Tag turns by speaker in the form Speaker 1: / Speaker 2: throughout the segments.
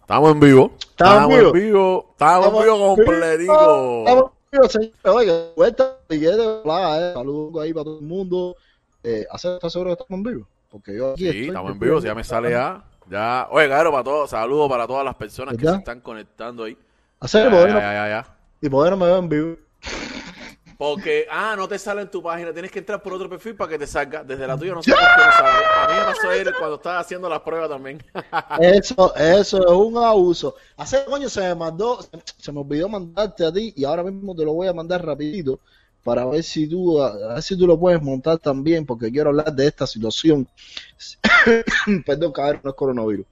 Speaker 1: Estamos en vivo.
Speaker 2: Estamos en
Speaker 1: vivo. Estamos en vivo con Plerico.
Speaker 2: Estamos en vivo, señor. Oiga, vuelta, billete, bla, eh. Saludos ahí para todo el mundo. Eh, ¿Hace ¿Estás seguro que estamos en vivo? Porque yo aquí
Speaker 1: Sí,
Speaker 2: estoy,
Speaker 1: estamos en vivo, si ya me sale ya. Ya, oye, claro, para todos, saludos para todas las personas que
Speaker 2: ¿Verdad?
Speaker 1: se están conectando ahí.
Speaker 2: Hacer
Speaker 1: Ya,
Speaker 2: el
Speaker 1: ya,
Speaker 2: modelo
Speaker 1: ya, ya, ya.
Speaker 2: y poder no me veo en vivo.
Speaker 1: Porque, ah, no te sale en tu página, tienes que entrar por otro perfil para que te salga. Desde la tuya no sé por qué no sale. A mí me pasó ayer cuando estaba haciendo las pruebas también.
Speaker 2: Eso, eso es un abuso. Hace coño se me mandó, se, se me olvidó mandarte a ti y ahora mismo te lo voy a mandar rapidito para ver si tú, a, a ver si tú lo puedes montar también porque quiero hablar de esta situación. Perdón, cabrón, no es coronavirus.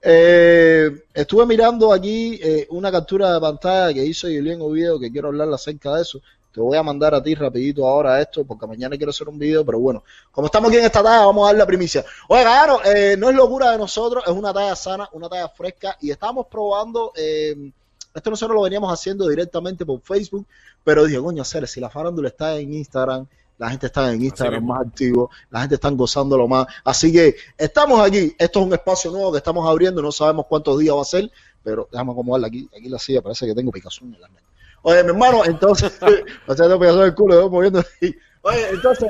Speaker 2: Eh, estuve mirando aquí eh, una captura de pantalla que hizo Julián Oviedo que quiero hablar acerca de eso. Te voy a mandar a ti rapidito ahora esto porque mañana quiero hacer un video, pero bueno, como estamos aquí en esta talla, vamos a dar la primicia. Oye, claro, no es locura de nosotros, es una talla sana, una talla fresca y estamos probando, eh, esto nosotros lo veníamos haciendo directamente por Facebook, pero dije, coño, hacer si la farándula está en Instagram, la gente está en Instagram
Speaker 1: mismo.
Speaker 2: más activo, la gente está gozándolo más, así que estamos aquí, esto es un espacio nuevo que estamos abriendo, no sabemos cuántos días va a ser, pero déjame acomodarla aquí, aquí la silla, parece que tengo picazón en la nalga. Oye, mi hermano, entonces, o sea, tengo picazón en el culo, yo moviendo ahí. Oye, entonces,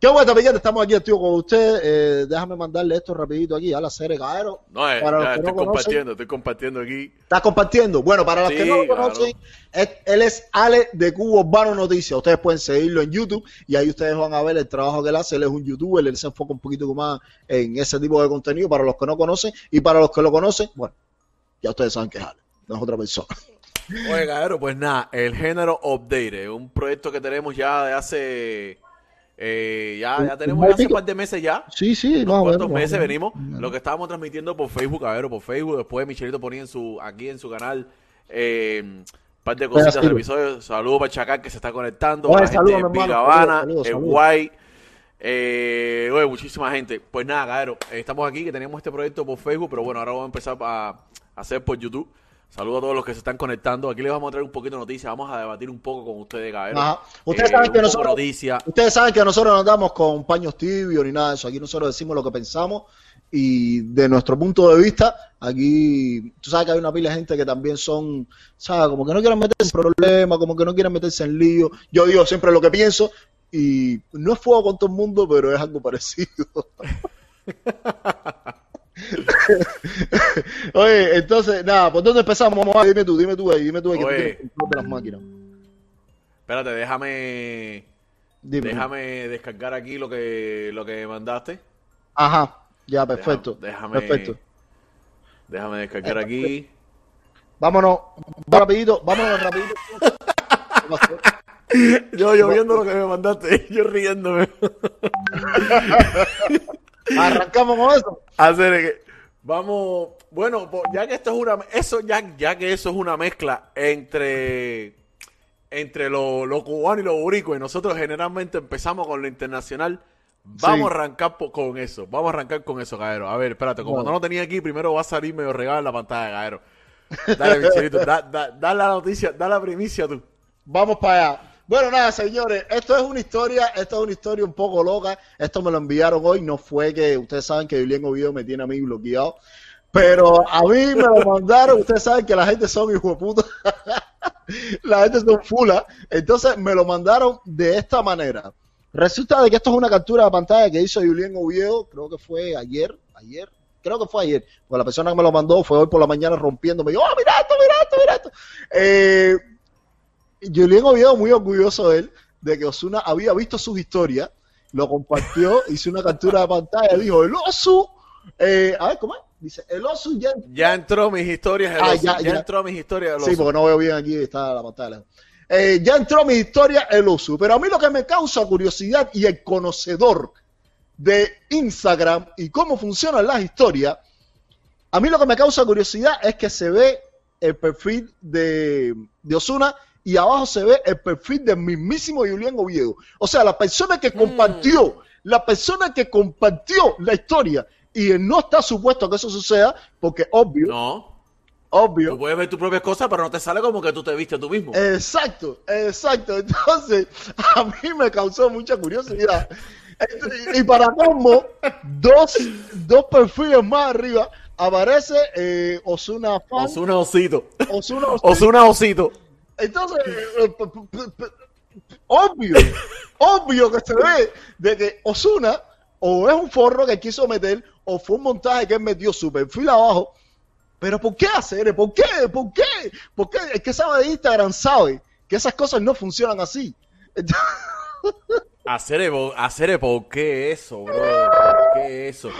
Speaker 2: ¿Qué bueno, Miguel? Estamos aquí, tío, con usted. Eh, déjame mandarle esto rapidito aquí a la serie Caero.
Speaker 1: No, eh,
Speaker 2: Para los
Speaker 1: ya,
Speaker 2: que no
Speaker 1: estoy
Speaker 2: conocen.
Speaker 1: compartiendo, estoy compartiendo aquí.
Speaker 2: ¿Estás compartiendo? Bueno, para los
Speaker 1: Sí,
Speaker 2: que no lo
Speaker 1: claro.
Speaker 2: conocen, es- él es Ale de Cubo Urbano Noticias. Ustedes pueden seguirlo en YouTube y ahí ustedes van a ver el trabajo que él hace. Él es un youtuber, él se enfoca un poquito más en ese tipo de contenido para los que no conocen y para los que lo conocen, bueno, ya ustedes saben que es Ale, no es otra persona.
Speaker 1: Oye, cabrón, pues nada, el género Update, eh, un proyecto que tenemos ya de hace. eh, ya, ya
Speaker 2: Un-
Speaker 1: tenemos
Speaker 2: un
Speaker 1: ya hace un
Speaker 2: pico.
Speaker 1: par de meses ya.
Speaker 2: Sí, sí, no,
Speaker 1: ¿Cuántos meses venimos? Lo que estábamos transmitiendo por Facebook, a ver, por Facebook, después Michelito ponía en su, aquí en su canal eh, un par de cositas
Speaker 2: Pedacito.
Speaker 1: del episodio. Saludos para Chacal que se está conectando,
Speaker 2: Oye,
Speaker 1: para la gente
Speaker 2: saludos,
Speaker 1: en
Speaker 2: mi hermano,
Speaker 1: Big Habana,
Speaker 2: saludos, saludos,
Speaker 1: en
Speaker 2: saludos.
Speaker 1: Guay. Eh, oye, muchísima gente. Pues nada, cabrón, eh, estamos aquí, que tenemos este proyecto por Facebook, pero bueno, ahora vamos a empezar a, a hacer por YouTube. Saludos a todos los que se están conectando. Aquí les vamos a traer un poquito de noticias, vamos a debatir un poco con ustedes, Eh, cabrón.
Speaker 2: Ajá. Ustedes saben que nosotros- Ustedes saben que nosotros no andamos con paños tibios ni nada de eso. Aquí nosotros decimos lo que pensamos y de nuestro punto de vista, aquí tú sabes que hay una pila de gente que también son, ¿sabes? Como que no quieren meterse en problemas, como que no quieren meterse en lío. Yo digo siempre lo que pienso y no es fuego con todo el mundo, pero es algo parecido. Oye, entonces, nada, ¿por dónde empezamos? Vamos a dime tú, dime tú, ahí, dime tú, ahí, que tú
Speaker 1: Oye.
Speaker 2: tienes el control de las máquinas.
Speaker 1: Espérate, déjame.
Speaker 2: Dime.
Speaker 1: Déjame descargar aquí lo que lo que mandaste.
Speaker 2: Ajá, ya, perfecto.
Speaker 1: Déjame, déjame-
Speaker 2: Perfecto.
Speaker 1: Déjame descargar aquí.
Speaker 2: Vámonos, va rapidito, vámonos rapidito. ¿Qué pasó?
Speaker 1: Yo, yo viendo lo que me mandaste, yo riéndome.
Speaker 2: Arrancamos con eso.
Speaker 1: Hacer que vamos, bueno, po- ya que esto es una eso ya ya que eso es una mezcla entre entre lo, lo cubano y lo boricua y nosotros generalmente empezamos con lo internacional. Vamos
Speaker 2: Sí.
Speaker 1: a arrancar po- con eso, vamos a arrancar con eso, Gaero. A ver, espérate, como
Speaker 2: Bueno.
Speaker 1: no lo tenía aquí, primero va a salir medio regado en la pantalla, Gaero. Dale, Michelito, da, da- da la noticia, da la primicia tú.
Speaker 2: Vamos para allá. Bueno, nada, señores, esto es una historia, esto es una historia un poco loca. Esto me lo enviaron hoy, no fue que ustedes saben que Julián Oviedo me tiene a mí bloqueado, pero a mí me lo mandaron, ustedes saben que la gente son hijos de puta. la gente son fula, entonces me lo mandaron de esta manera. Resulta de que esto es una captura de pantalla que hizo Julián Oviedo, creo que fue ayer, ayer, creo que fue ayer, pues la persona que me lo mandó fue hoy por la mañana rompiéndome, y yo, "Ah, mira esto, mira esto, mira esto. Eh, Julián Oviedo, muy orgulloso de él, de que Osuna había visto sus historias, lo compartió, hizo una captura de pantalla, dijo, el oso, eh, a ver, ¿cómo es? Dice, el oso ya...
Speaker 1: Ya entró mis historias, el
Speaker 2: Ah,
Speaker 1: oso.
Speaker 2: ya,
Speaker 1: ya,
Speaker 2: ya.
Speaker 1: entró mis historias. el
Speaker 2: Sí,
Speaker 1: oso.
Speaker 2: porque no veo bien aquí, está la pantalla. Eh, ya entró mi historia el oso, pero a mí lo que me causa curiosidad y el conocedor de Instagram y cómo funcionan las historias, a mí lo que me causa curiosidad es que se ve el perfil de, de Osuna y abajo se ve el perfil del mismísimo Julián Oviedo. O sea, la persona que compartió, la persona que compartió la historia y no está supuesto que eso suceda, porque obvio,
Speaker 1: No.
Speaker 2: obvio.
Speaker 1: Tú puedes ver tus propias cosas, pero no te sale como que tú te viste tú
Speaker 2: Eh,
Speaker 1: mismo.
Speaker 2: Exacto, exacto. Entonces, a mí me causó mucha curiosidad. Y para combo, dos, dos perfiles más arriba aparece eh, Osuna Fan.
Speaker 1: Osuna Osito.
Speaker 2: Osuna,
Speaker 1: Osuna Osito.
Speaker 2: Entonces, eh, p- p- p- p- obvio, obvio que se ve de que Osuna o es un forro que quiso meter o fue un montaje que él metió su perfil abajo. Pero ¿por qué hacer? ¿Por qué? ¿Por qué? ¿Por qué? El que sabe de Instagram sabe que esas cosas no funcionan así.
Speaker 1: Hacer, evo- hacer evo- ¿por qué eso, bro? ¿Por qué eso?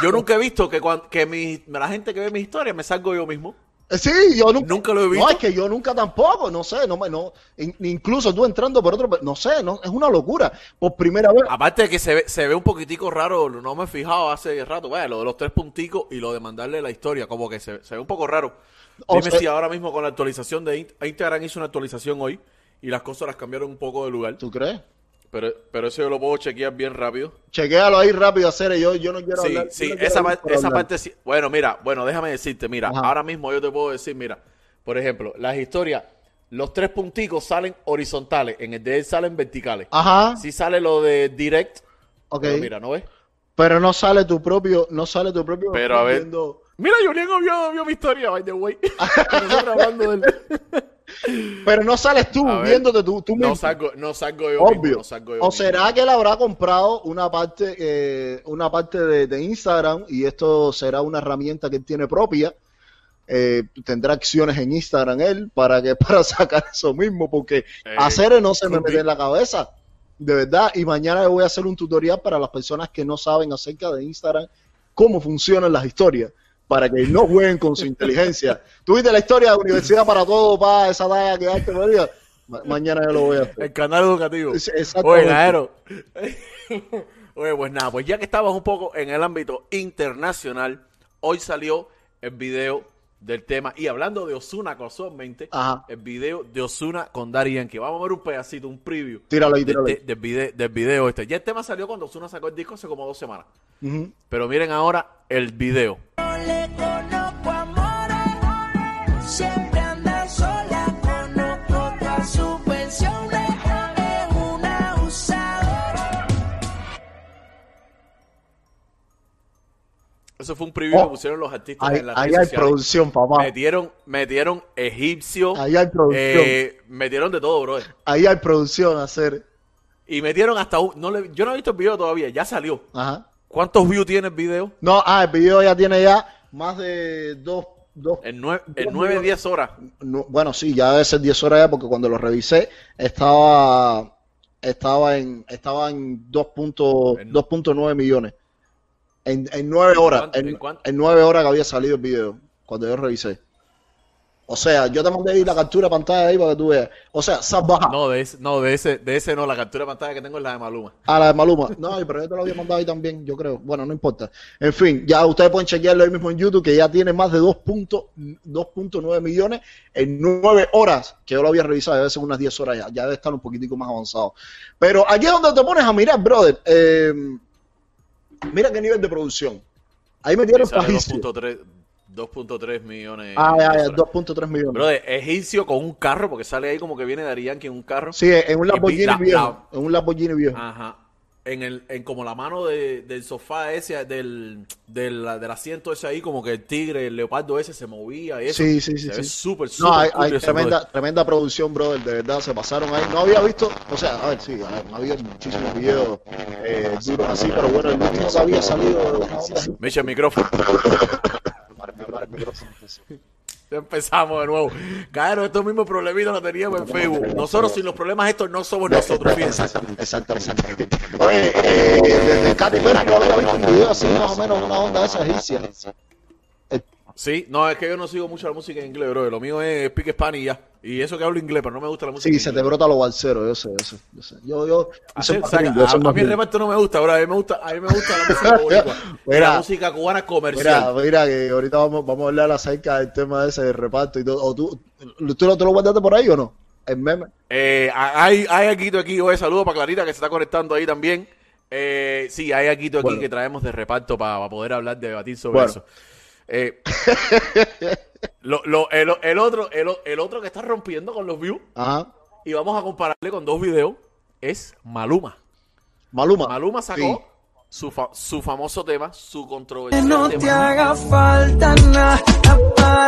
Speaker 1: Yo nunca he visto que, cuan- que mi- la gente que ve mis historias me salgo yo mismo.
Speaker 2: Sí, yo nunca,
Speaker 1: Nunca lo he visto.
Speaker 2: No, es que yo nunca tampoco, no sé, no me, no, in- incluso tú entrando por otro, no sé, no, es una locura. Por primera vez,
Speaker 1: Aparte de que se ve, se ve un poquitico raro, no me he fijado hace rato, vaya, lo de los tres punticos y lo de mandarle la historia, como que se, se ve un poco raro.
Speaker 2: O
Speaker 1: Dime
Speaker 2: sea-
Speaker 1: si ahora mismo con la actualización de Int- Instagram hizo una actualización hoy y las cosas las cambiaron un poco de lugar,
Speaker 2: ¿tú crees?
Speaker 1: pero, pero eso yo lo puedo chequear bien rápido.
Speaker 2: Chequéalo ahí rápido, hacer yo, yo no quiero
Speaker 1: Sí,
Speaker 2: hablar. yo
Speaker 1: sí,
Speaker 2: no quiero
Speaker 1: esa,
Speaker 2: hablar
Speaker 1: par-
Speaker 2: por
Speaker 1: esa
Speaker 2: hablar.
Speaker 1: parte sí. Bueno, mira, bueno, déjame decirte, mira,
Speaker 2: Ajá.
Speaker 1: ahora mismo yo te puedo decir, mira, por ejemplo, las historias, los tres punticos salen horizontales, en el de él salen verticales.
Speaker 2: Ajá,
Speaker 1: Si sale lo de direct,
Speaker 2: ok.
Speaker 1: pero
Speaker 2: Pero,
Speaker 1: mira, ¿no ves?
Speaker 2: no sale tu propio, no sale tu propio.
Speaker 1: Pero a ver.
Speaker 2: viendo-
Speaker 1: Mira, Julián vio, vio mi historia, by the way. Nosotros hablando del...
Speaker 2: Pero no sales tú
Speaker 1: A ver.
Speaker 2: viéndote tú, tú
Speaker 1: No
Speaker 2: mismo.
Speaker 1: salgo, no salgo yo
Speaker 2: Obvio.
Speaker 1: mismo, no salgo yo
Speaker 2: o
Speaker 1: mismo.
Speaker 2: será que él habrá comprado una parte, eh, una parte de, de Instagram y esto será una herramienta que él tiene propia. Eh, tendrá acciones en Instagram él para que para sacar eso mismo, porque
Speaker 1: Eh,
Speaker 2: hacer no se me
Speaker 1: could be.
Speaker 2: mete en la cabeza, de verdad. Y mañana yo voy a hacer un tutorial para las personas que no saben acerca de Instagram cómo funcionan las historias, para que no jueguen con su inteligencia. Tuviste la historia de Universidad para Todo, pa, esa talla que darte María? Ma- mañana yo lo voy a hacer.
Speaker 1: El canal educativo.
Speaker 2: Sí, exactamente.
Speaker 1: Oye, Gaero. Oye, pues nada, pues ya que estabas un poco en el ámbito internacional, hoy salió el video del tema. Y hablando de Osuna casualmente,
Speaker 2: Ajá.
Speaker 1: el video de Osuna con Daddy Yankee. Vamos a ver un pedacito, un preview
Speaker 2: Tíralo ahí,
Speaker 1: de-
Speaker 2: tíralo
Speaker 1: de-
Speaker 2: ahí.
Speaker 1: del, vide- del video este. Ya el tema salió cuando Osuna sacó el disco hace como dos semanas.
Speaker 2: Ujú.
Speaker 1: Pero miren ahora el video.
Speaker 3: No le conozco amores, siempre anda sola, conozco otras subvenciones, es una usadora.
Speaker 1: Eso fue un preview
Speaker 2: Oh,
Speaker 1: que pusieron los artistas
Speaker 2: Ahí,
Speaker 1: en las
Speaker 2: ahí
Speaker 1: redes
Speaker 2: hay
Speaker 1: sociales.
Speaker 2: producción, papá.
Speaker 1: Metieron, metieron egipcio.
Speaker 2: Ahí hay producción.
Speaker 1: eh, metieron de todo, brother.
Speaker 2: Ahí hay producción a hacer.
Speaker 1: Y metieron hasta un... No le, yo no he visto el video todavía, ya salió.
Speaker 2: Ajá.
Speaker 1: ¿Cuántos views tiene el video?
Speaker 2: No, ah, el video ya tiene ya más de dos, dos
Speaker 1: En, nueve
Speaker 2: Dos
Speaker 1: en 9,
Speaker 2: millones.
Speaker 1: 10 horas.
Speaker 2: No, bueno, sí, ya debe ser 10 horas ya porque cuando lo revisé estaba estaba en estaba en 2.9
Speaker 1: En-
Speaker 2: 2.9 millones. En, en 9 horas,
Speaker 1: cuánto?
Speaker 2: en,
Speaker 1: ¿En cuánto?
Speaker 2: en 9 horas que había salido el video cuando yo revisé. O sea, yo te mandé ahí la captura de pantalla ahí para que tú veas. O sea, salvaja
Speaker 1: No, de ese, no, de ese, de ese no, la captura de pantalla que tengo es la de Maluma.
Speaker 2: a la de Maluma. No, pero yo te lo había mandado ahí también, yo creo. Bueno, no importa. En fin, ya ustedes pueden chequearlo ahí mismo en YouTube, que ya tiene más de 2.9 millones en 9 horas, que yo lo había revisado, debe ser unas 10 horas ya, ya debe estar un poquitico más avanzado. Pero aquí es donde te pones a mirar, brother. Eh, mira qué nivel de producción. Ahí
Speaker 1: Y
Speaker 2: metieron
Speaker 1: sale
Speaker 2: Fajicio.
Speaker 1: 2.3 2.3 millones.
Speaker 2: Ah, ya, ya,
Speaker 1: de horas.
Speaker 2: 2.3 millones.
Speaker 1: Bro, de egipcio con un carro, porque sale ahí como que viene Daddy Yankee en un carro.
Speaker 2: sí, en un
Speaker 1: Y vi-
Speaker 2: Lamborghini
Speaker 1: la- Ah,
Speaker 2: viejo.
Speaker 1: la-
Speaker 2: En un Lamborghini viejo.
Speaker 1: Ajá. En, el, en como la mano de- del sofá ese, del, del, del asiento ese ahí, como que el tigre, el leopardo ese se movía y eso.
Speaker 2: Sí, sí, sí,
Speaker 1: Se
Speaker 2: sí.
Speaker 1: ve súper, súper
Speaker 2: No, hay,
Speaker 1: cool
Speaker 2: hay
Speaker 1: eso,
Speaker 2: tremenda,
Speaker 1: brother.
Speaker 2: tremenda producción, brother, de verdad, se pasaron ahí. No había visto, o sea, a ver, sí, a ver, no había muchísimos videos eh, duros así, pero bueno, el último que había salido de una hora.
Speaker 1: Me echa el micrófono. Ya Empezamos de nuevo. Claro, estos mismos problemitas los teníamos en Facebook. Nosotros sin los problemas estos no somos nosotros, fíjense.
Speaker 2: Exactamente, exactamente. Oye, eh, desde Katy Pérez no había visto un video así, más o menos, una onda de esa egipcia.
Speaker 1: Sí, no, es que yo no sigo mucho la música en inglés, bro. Lo mío es Pique Spanish y ya. Y eso que hablo inglés, pero no me gusta la música.
Speaker 2: Sí,
Speaker 1: en
Speaker 2: se te
Speaker 1: inglés.
Speaker 2: brota lo balsero, yo sé, yo sé, yo sé. Yo, yo, yo soy
Speaker 1: Hacer-
Speaker 2: más
Speaker 1: saca-
Speaker 2: gringo, yo soy
Speaker 1: a, a
Speaker 2: más
Speaker 1: mí el
Speaker 2: gringo.
Speaker 1: reparto no me gusta, bro. A mí me gusta, a mí me gusta la música boricua. Y
Speaker 2: Mira.
Speaker 1: la música cubana comercial.
Speaker 2: Mira, mira, que ahorita vamos, vamos a hablar acerca del tema ese de reparto y todo. ¿O tú, tú, lo- tú lo guardaste por ahí o no? El meme.
Speaker 1: Eh, hay, hay Aquito aquí, oye, saludo para Clarita que se está conectando ahí también. Eh, sí, hay Aquito aquí
Speaker 2: Bueno.
Speaker 1: que traemos de reparto para poder hablar, debatir sobre
Speaker 2: Bueno.
Speaker 1: eso. Eh, lo- lo- el, el otro, el, el otro que está rompiendo con los views,
Speaker 2: Ajá.
Speaker 1: y vamos a compararle con dos videos, es Maluma.
Speaker 2: Maluma.
Speaker 1: Maluma sacó
Speaker 2: Sí.
Speaker 1: su, fa- su famoso tema, su
Speaker 4: Que
Speaker 1: controversial
Speaker 4: no te
Speaker 1: tema.
Speaker 4: haga falta nada,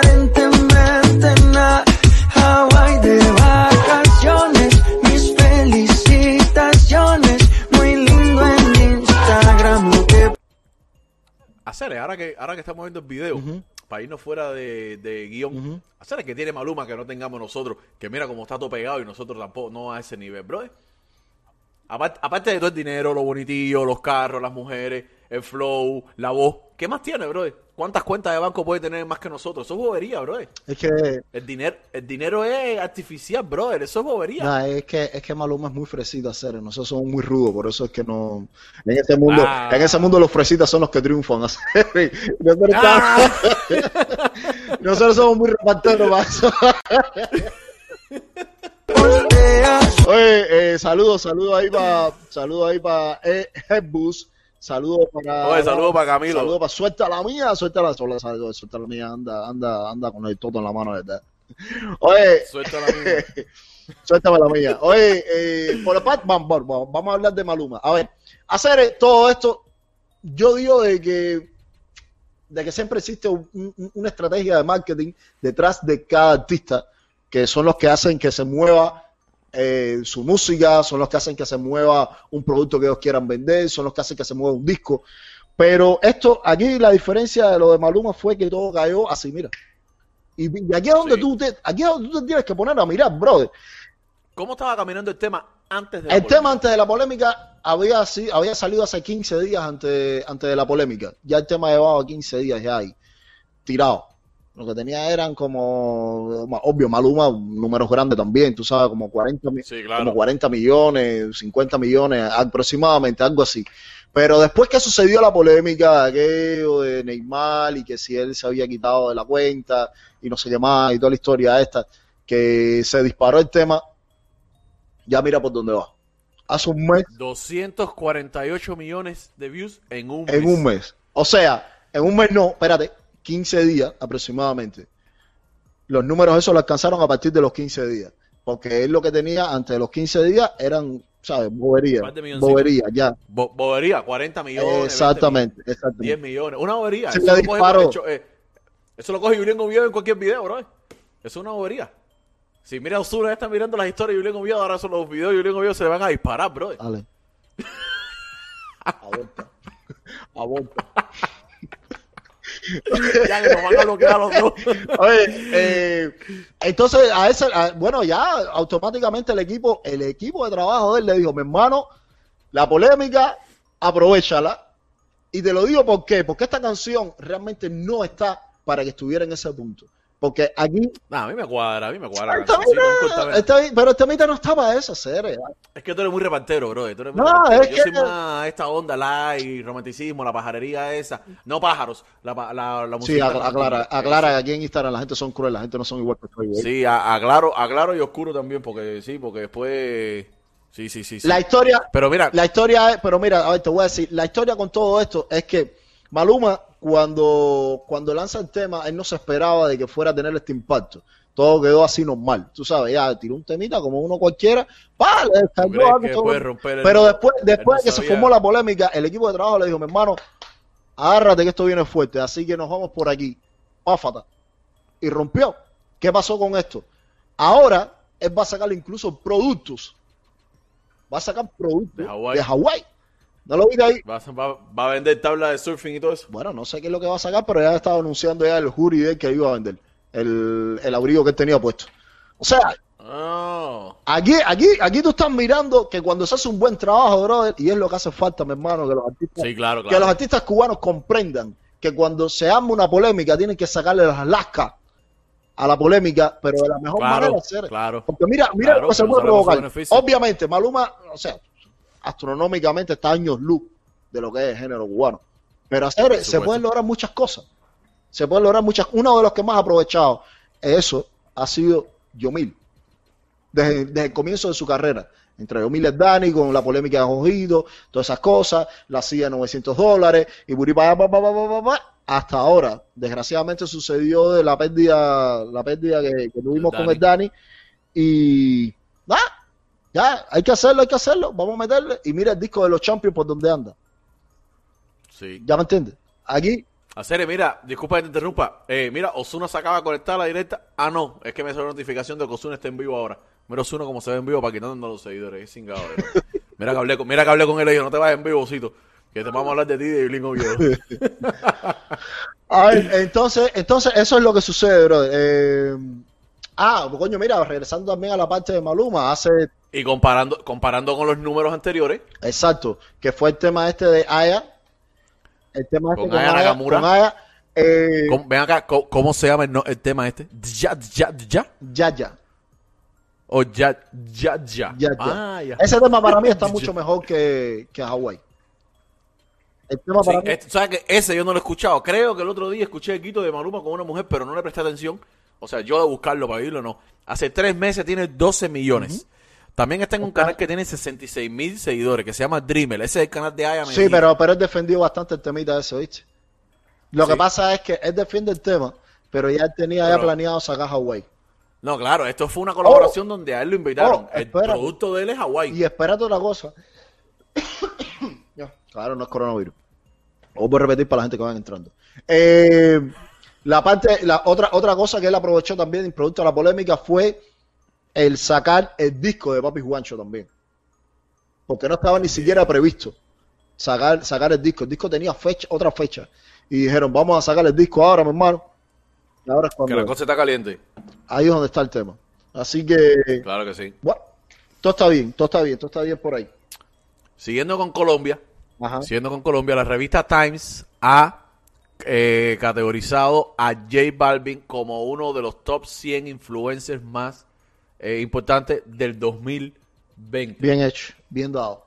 Speaker 4: aparentemente nada. Hawái de vacaciones, mis felicitaciones. Muy lindo en Instagram, lo que
Speaker 1: Hacer, ahora que, ahora que estamos viendo el video, para irnos fuera de, de guión, hacer que tiene Maluma que no tengamos nosotros, que mira cómo está todo pegado y nosotros tampoco, no a ese nivel, brother. Apart- aparte de todo el dinero, los bonitillos, los carros, las mujeres, el flow, la voz, ¿qué más tiene, brother? ¿Cuántas cuentas de banco puede tener más que nosotros? Eso es bobería, brother.
Speaker 2: Es que,
Speaker 1: El dinero, el dinero es artificial, brother. Eso es bobería.
Speaker 2: nah, es que es que Maluma es muy fresita hacer, nosotros somos muy rudos, por eso es que no en ese mundo,
Speaker 1: Ah.
Speaker 2: en ese mundo los fresitas son los que triunfan. hacer. Nosotros,
Speaker 1: Ah.
Speaker 2: estamos- nosotros somos muy reparteros para eso.
Speaker 4: posteas,
Speaker 2: Oye, eh, saludos, saludos ahí para saludos ahí para Headbus, saludos para
Speaker 1: Oye, saludos para Camilo.
Speaker 2: Saludos para suelta la mía, suelta la sola, saludos, suelta la mía, anda, anda, anda con el toto en la mano, ¿verdad? Oye,
Speaker 1: Suelta la misma.
Speaker 2: suéltame la mía. Oye, eh, por la parte, vamos, vamos, vamos, vamos a hablar de Maluma. A ver, hacer eh, todo esto, yo digo de que de que siempre existe un- un- una estrategia de marketing detrás de cada artista, que son los que hacen que se mueva eh, su música, son los que hacen que se mueva un producto que ellos quieran vender, son los que hacen que se mueva un disco. Pero esto, aquí la diferencia de lo de Maluma fue que todo cayó así, mira. Y, y aquí es donde
Speaker 1: Sí.
Speaker 2: tú te, aquí es donde tú te tienes que poner a mirar, brother.
Speaker 1: ¿Cómo estaba caminando el tema antes de la
Speaker 2: El
Speaker 1: polémica?
Speaker 2: tema antes de la polémica había, sí, había salido hace 15 días antes, antes de la polémica. Ya el tema llevaba 15 días ya ahí, tirado. Lo que tenía eran como, ma- obvio, Maluma, números grandes también, tú sabes, como 40, mi-
Speaker 1: Sí, claro.
Speaker 2: como 40 millones, 50 millones aproximadamente, algo así. Pero después que sucedió la polémica de aquello de Neymar y que si él se había quitado de la cuenta y no sé qué más y toda la historia esta, que se disparó el tema, ya mira por dónde va. Hace un mes,
Speaker 1: 248 millones de views en un mes.
Speaker 2: en un mes. O sea, en un mes no, espérate, 15 días aproximadamente. Los números esos lo alcanzaron a partir de los 15 días. Porque él lo que tenía antes de los 15 días eran, ¿sabes? Bobería.
Speaker 1: Par de milloncitos.
Speaker 2: Bobería, ya.
Speaker 1: Bo- bobería, 40 millones. 20
Speaker 2: Exactamente,
Speaker 1: millones, 10
Speaker 2: exactamente.
Speaker 1: millones. Una bobería.
Speaker 2: Sí,
Speaker 1: eso,
Speaker 2: le
Speaker 1: lo coge por
Speaker 2: disparo.
Speaker 1: el cho- eh, eso lo coge Julián Oviedo en cualquier video, bro. Eso es una bobería. Si mira Osuna, está mirando las historias de Julián Oviedo, ahora son los videos de Julián Oviedo, se le van a disparar, bro.
Speaker 2: Dale. Aborta. Aborta.
Speaker 1: Ya que nos van a bloquear a los dos.
Speaker 2: Oye, eh, entonces a ese, a- bueno, ya automáticamente el equipo, el equipo de trabajo de él le dijo, mi hermano, la polémica, aprovechala. Y te lo digo por qué, porque esta canción realmente no está para que estuviera en ese punto. Porque aquí
Speaker 1: Nah, a mí me cuadra, a mí me cuadra.
Speaker 2: el temita-
Speaker 1: Sí, con corta-
Speaker 2: el temi- pero el temita no está para eso, serio.
Speaker 1: Es que tú eres muy repartero, bro. Tú eres muy
Speaker 2: No,
Speaker 1: repartero.
Speaker 2: es
Speaker 1: Yo
Speaker 2: que-
Speaker 1: soy más esta onda live, romanticismo, la pajarería esa. No pájaros, la, pa- la, la
Speaker 2: Sí,
Speaker 1: música.
Speaker 2: acla- aclara, aclara que aquí en Instagram la gente son cruel, la gente no son igual que tú, güey.
Speaker 1: Sí, a- aclaro, aclaro y oscuro también, porque sí, porque después. Sí, sí, sí. sí.
Speaker 2: La historia,
Speaker 1: Pero mira,
Speaker 2: La historia es, pero mira, a ver, te voy a decir, la historia con todo esto es que Maluma, cuando, cuando lanza el tema, él no se esperaba de que fuera a tener este impacto. Todo quedó así normal, tú sabes, ya tiró un temita como uno cualquiera, pa, le descargó
Speaker 1: crees
Speaker 2: algo,
Speaker 1: que
Speaker 2: todo-
Speaker 1: puede romper el-
Speaker 2: Pero después, después
Speaker 1: él no
Speaker 2: de que se
Speaker 1: sabía.
Speaker 2: formó la polémica, el equipo de trabajo le dijo, mi hermano, agárrate que esto viene fuerte, así que nos vamos por aquí, páfata. Y rompió. ¿Qué pasó con esto? Ahora él va a sacar incluso productos va a sacar productos
Speaker 1: De
Speaker 2: de
Speaker 1: Hawái.
Speaker 2: Hawái. No lo vi ahí.
Speaker 1: va, a- va- va a vender tabla de surfing y todo eso.
Speaker 2: Bueno, no sé qué es lo que va a sacar, pero ya estaba anunciando ya el jury de él que iba a vender. El, el abrigo que él tenía puesto. O sea,
Speaker 1: Oh.
Speaker 2: aquí, aquí, aquí tú estás mirando que cuando se hace un buen trabajo, brother, y es lo que hace falta, mi hermano, que los artistas,
Speaker 1: Sí, claro,
Speaker 2: que los
Speaker 1: claro.
Speaker 2: artistas cubanos comprendan que cuando se arma una polémica tienen que sacarle las lascas a la polémica, pero de la mejor manera
Speaker 1: Claro,
Speaker 2: de hacer.
Speaker 1: claro.
Speaker 2: Porque mira, mira
Speaker 1: Claro,
Speaker 2: lo que se
Speaker 1: pero
Speaker 2: puede
Speaker 1: sabemos su
Speaker 2: provocar.
Speaker 1: beneficio.
Speaker 2: Obviamente, Maluma, o sea, astronómicamente está años luz de lo que es el género cubano. Pero hacer, se
Speaker 1: supuesto.
Speaker 2: pueden lograr muchas cosas. Se pueden lograr muchas. Uno de los que más ha aprovechado eso ha sido Yomil. Desde, desde el comienzo de su carrera. Entre Yomil y Dani, con la polémica de Ojido, todas esas cosas, la silla de 900 dólares, y puri pa, pa, pa, pa, pa, pa, pa, hasta ahora. Desgraciadamente sucedió de la pérdida, la pérdida que, que tuvimos
Speaker 1: Dani.
Speaker 2: con el Dani. Y nada, ya, hay que hacerlo, hay que hacerlo, vamos a meterle. Y mira el disco de los Champions por donde anda.
Speaker 1: Sí.
Speaker 2: ¿Ya me entiendes? Aquí,
Speaker 1: Hacer, mira, disculpa que te interrumpa. Eh, mira, Osuna se acaba de conectar a la directa. Ah, no, es que me salió notificación de que Osuna está en vivo ahora. Mira Osuna como se ve en vivo para quitando los seguidores. Es cingado, bro. Mira que hablé con, mira que hablé con él y dijo, no te vayas en vivo, Osito. Que te vamos a hablar de ti y de Blingo Viejo.
Speaker 2: A ver, entonces, entonces eso es lo que sucede, brother. Eh, ah, coño, mira, regresando también a la parte de Maluma, hace
Speaker 1: Y comparando, comparando con los números anteriores,
Speaker 2: exacto, que fue el tema este de Aya, el tema este
Speaker 1: Con Aya Nakamura.
Speaker 2: con Aya, eh,
Speaker 1: ¿cómo- ven acá, ¿cómo, cómo se llama el, no- el tema este? ¿Ya, ya, ya?
Speaker 2: Yaya,
Speaker 1: ¿O ya, ya, ya?
Speaker 2: Yaya.
Speaker 1: Ah, ya.
Speaker 2: Ese tema para mí está mucho mejor que, que Hawái. El tema
Speaker 1: Sí,
Speaker 2: para mí,
Speaker 1: este, ¿sabes qué? Ese yo no lo he escuchado. Creo que el otro día escuché el grito de Maluma con una mujer, pero no le presté atención. O sea, yo de buscarlo para oírlo, no. Hace tres meses tiene 12 millones. También está en un canal que tiene 66 mil seguidores, que se llama Dreamer. Ese es el canal de Aya
Speaker 2: sí, pero, pero él defendió bastante el temita ese, ¿viste? Lo que
Speaker 1: Sí.
Speaker 2: pasa es que él defiende el tema, pero ya él tenía ya
Speaker 1: Pero-
Speaker 2: planeado sacar Hawái.
Speaker 1: No, claro, esto fue una colaboración donde a él lo invitaron.
Speaker 2: Oh,
Speaker 1: el
Speaker 2: espérate.
Speaker 1: producto de él es Hawái.
Speaker 2: Y espérate otra cosa. Ya, claro, no es coronavirus. Os voy a repetir para la gente que van entrando. Eh, la parte, la otra, otra cosa que él aprovechó también, producto de la polémica, fue el sacar el disco de Papi Juancho también. Porque no estaba ni siquiera previsto sacar, sacar el disco. El disco tenía fecha, otra fecha. Y dijeron, vamos a sacar el disco ahora, mi hermano. Y ahora es
Speaker 1: Que la
Speaker 2: cuando.
Speaker 1: cosa está caliente.
Speaker 2: Ahí es donde está el tema. Así que.
Speaker 1: Claro que sí.
Speaker 2: Bueno, todo está bien, todo está bien, todo está bien por ahí.
Speaker 1: Siguiendo con Colombia,
Speaker 2: Ajá.
Speaker 1: Siendo con Colombia, la revista Times ha eh, categorizado a J Balvin como uno de los top 100 influencers más eh, importantes del 2020.
Speaker 2: Bien hecho, bien dado.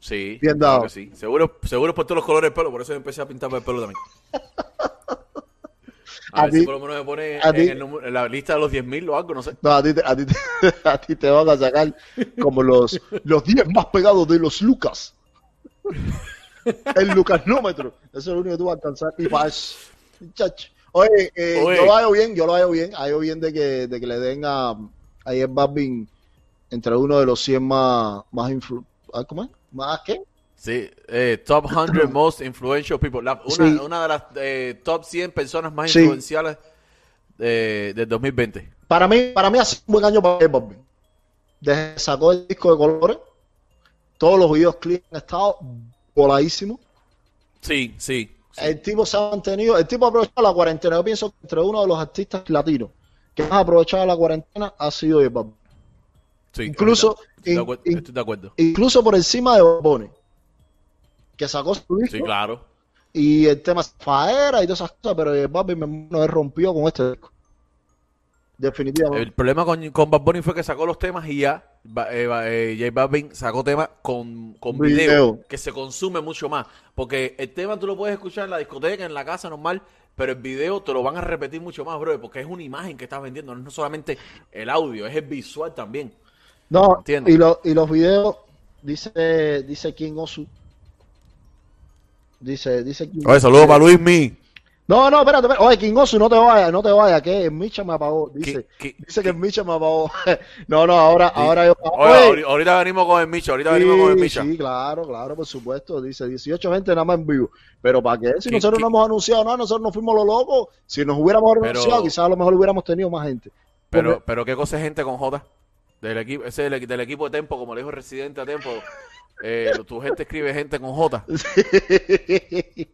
Speaker 1: Sí, claro
Speaker 2: bien dado.
Speaker 1: que sí. Seguro, seguro por todos los colores del pelo, por eso yo empecé a pintarme el pelo también. A,
Speaker 2: A
Speaker 1: ver
Speaker 2: ti-
Speaker 1: si por lo menos me pone
Speaker 2: a
Speaker 1: en,
Speaker 2: ti-
Speaker 1: el número- en la lista de los 10.000 o algo, no sé.
Speaker 2: No, a ti, te, a, ti te, a ti te van a sacar como los, los 10 más pegados de los Lucas. El Lucasnómetro. Eso es lo único que tú vas a alcanzar. Y paz. Chacho. Oye, eh,
Speaker 1: Oye.
Speaker 2: yo lo hallo bien, yo lo hallo bien. Hallo bien de que, de que le den a, a Jeff Babin entre uno de los 100 más, más influ... ah, ¿Cómo es? ¿Más qué?
Speaker 1: Sí, eh, top 100 most influential people. La- una,
Speaker 2: Sí.
Speaker 1: una de las eh, top 100 personas más
Speaker 2: Sí.
Speaker 1: influenciales eh, del 2020.
Speaker 2: Para mí, para mí ha sido un buen año para J Balvin. Desde que sacó el disco de colores, todos los videoclips han estado voladísimos.
Speaker 1: Sí, sí.
Speaker 2: El tipo se ha mantenido, el tipo ha aprovechado la cuarentena. Yo pienso que entre uno de los artistas latinos que más ha aprovechado la cuarentena ha sido J Balvin.
Speaker 1: Sí,
Speaker 2: Incluso-
Speaker 1: ahorita. Estoy, de
Speaker 2: in-
Speaker 1: acuer-
Speaker 2: in-
Speaker 1: estoy de acuerdo.
Speaker 2: Incluso por encima de Bad Bunny, que sacó su disco
Speaker 1: Sí, claro.
Speaker 2: y el tema Faera y todas esas cosas, pero J Balvin mi hermano, él rompió con este disco. Definitivamente.
Speaker 1: El problema con, con Bad Bunny fue que sacó los temas y ya ba- eh, ba- eh, J Balvin sacó temas con, con video,
Speaker 2: Video.
Speaker 1: que se consume mucho más. Porque el tema tú lo puedes escuchar en la discoteca, en la casa normal, pero el video te lo van a repetir mucho más, bro, porque es una imagen que estás vendiendo, no es solamente el audio, es el visual también.
Speaker 2: No,
Speaker 1: ¿Entiendes?
Speaker 2: y, lo- y los videos, dice, dice King Osu. Dice, dice King
Speaker 1: saludos para Luis Mi.
Speaker 2: No, no, espérate, espérate. Oye, King Osu, no te vayas, no te vayas, que el Micha me apagó. Dice,
Speaker 1: ¿Qué- qué-
Speaker 2: dice que el Micha me apagó. no, no, ahora, ahora yo. Oye,
Speaker 1: ahorita venimos con el Micha, ahorita venimos con el
Speaker 2: Sí,
Speaker 1: Micha.
Speaker 2: sí, claro, claro, por supuesto. Dice 18 gente nada más en vivo. Pero ¿para qué? Si
Speaker 1: ¿Qué-
Speaker 2: nosotros
Speaker 1: qué?
Speaker 2: no hemos anunciado nada, nosotros no fuimos los locos. Si nos hubiéramos
Speaker 1: Pero-
Speaker 2: anunciado, quizás a lo mejor hubiéramos tenido más gente.
Speaker 1: Pero, pero qué cosa es gente con J. Del equipo, ese del, equi- del equipo de Tempo, como le dijo Residente a Tempo. eh, tu gente escribe gente con J.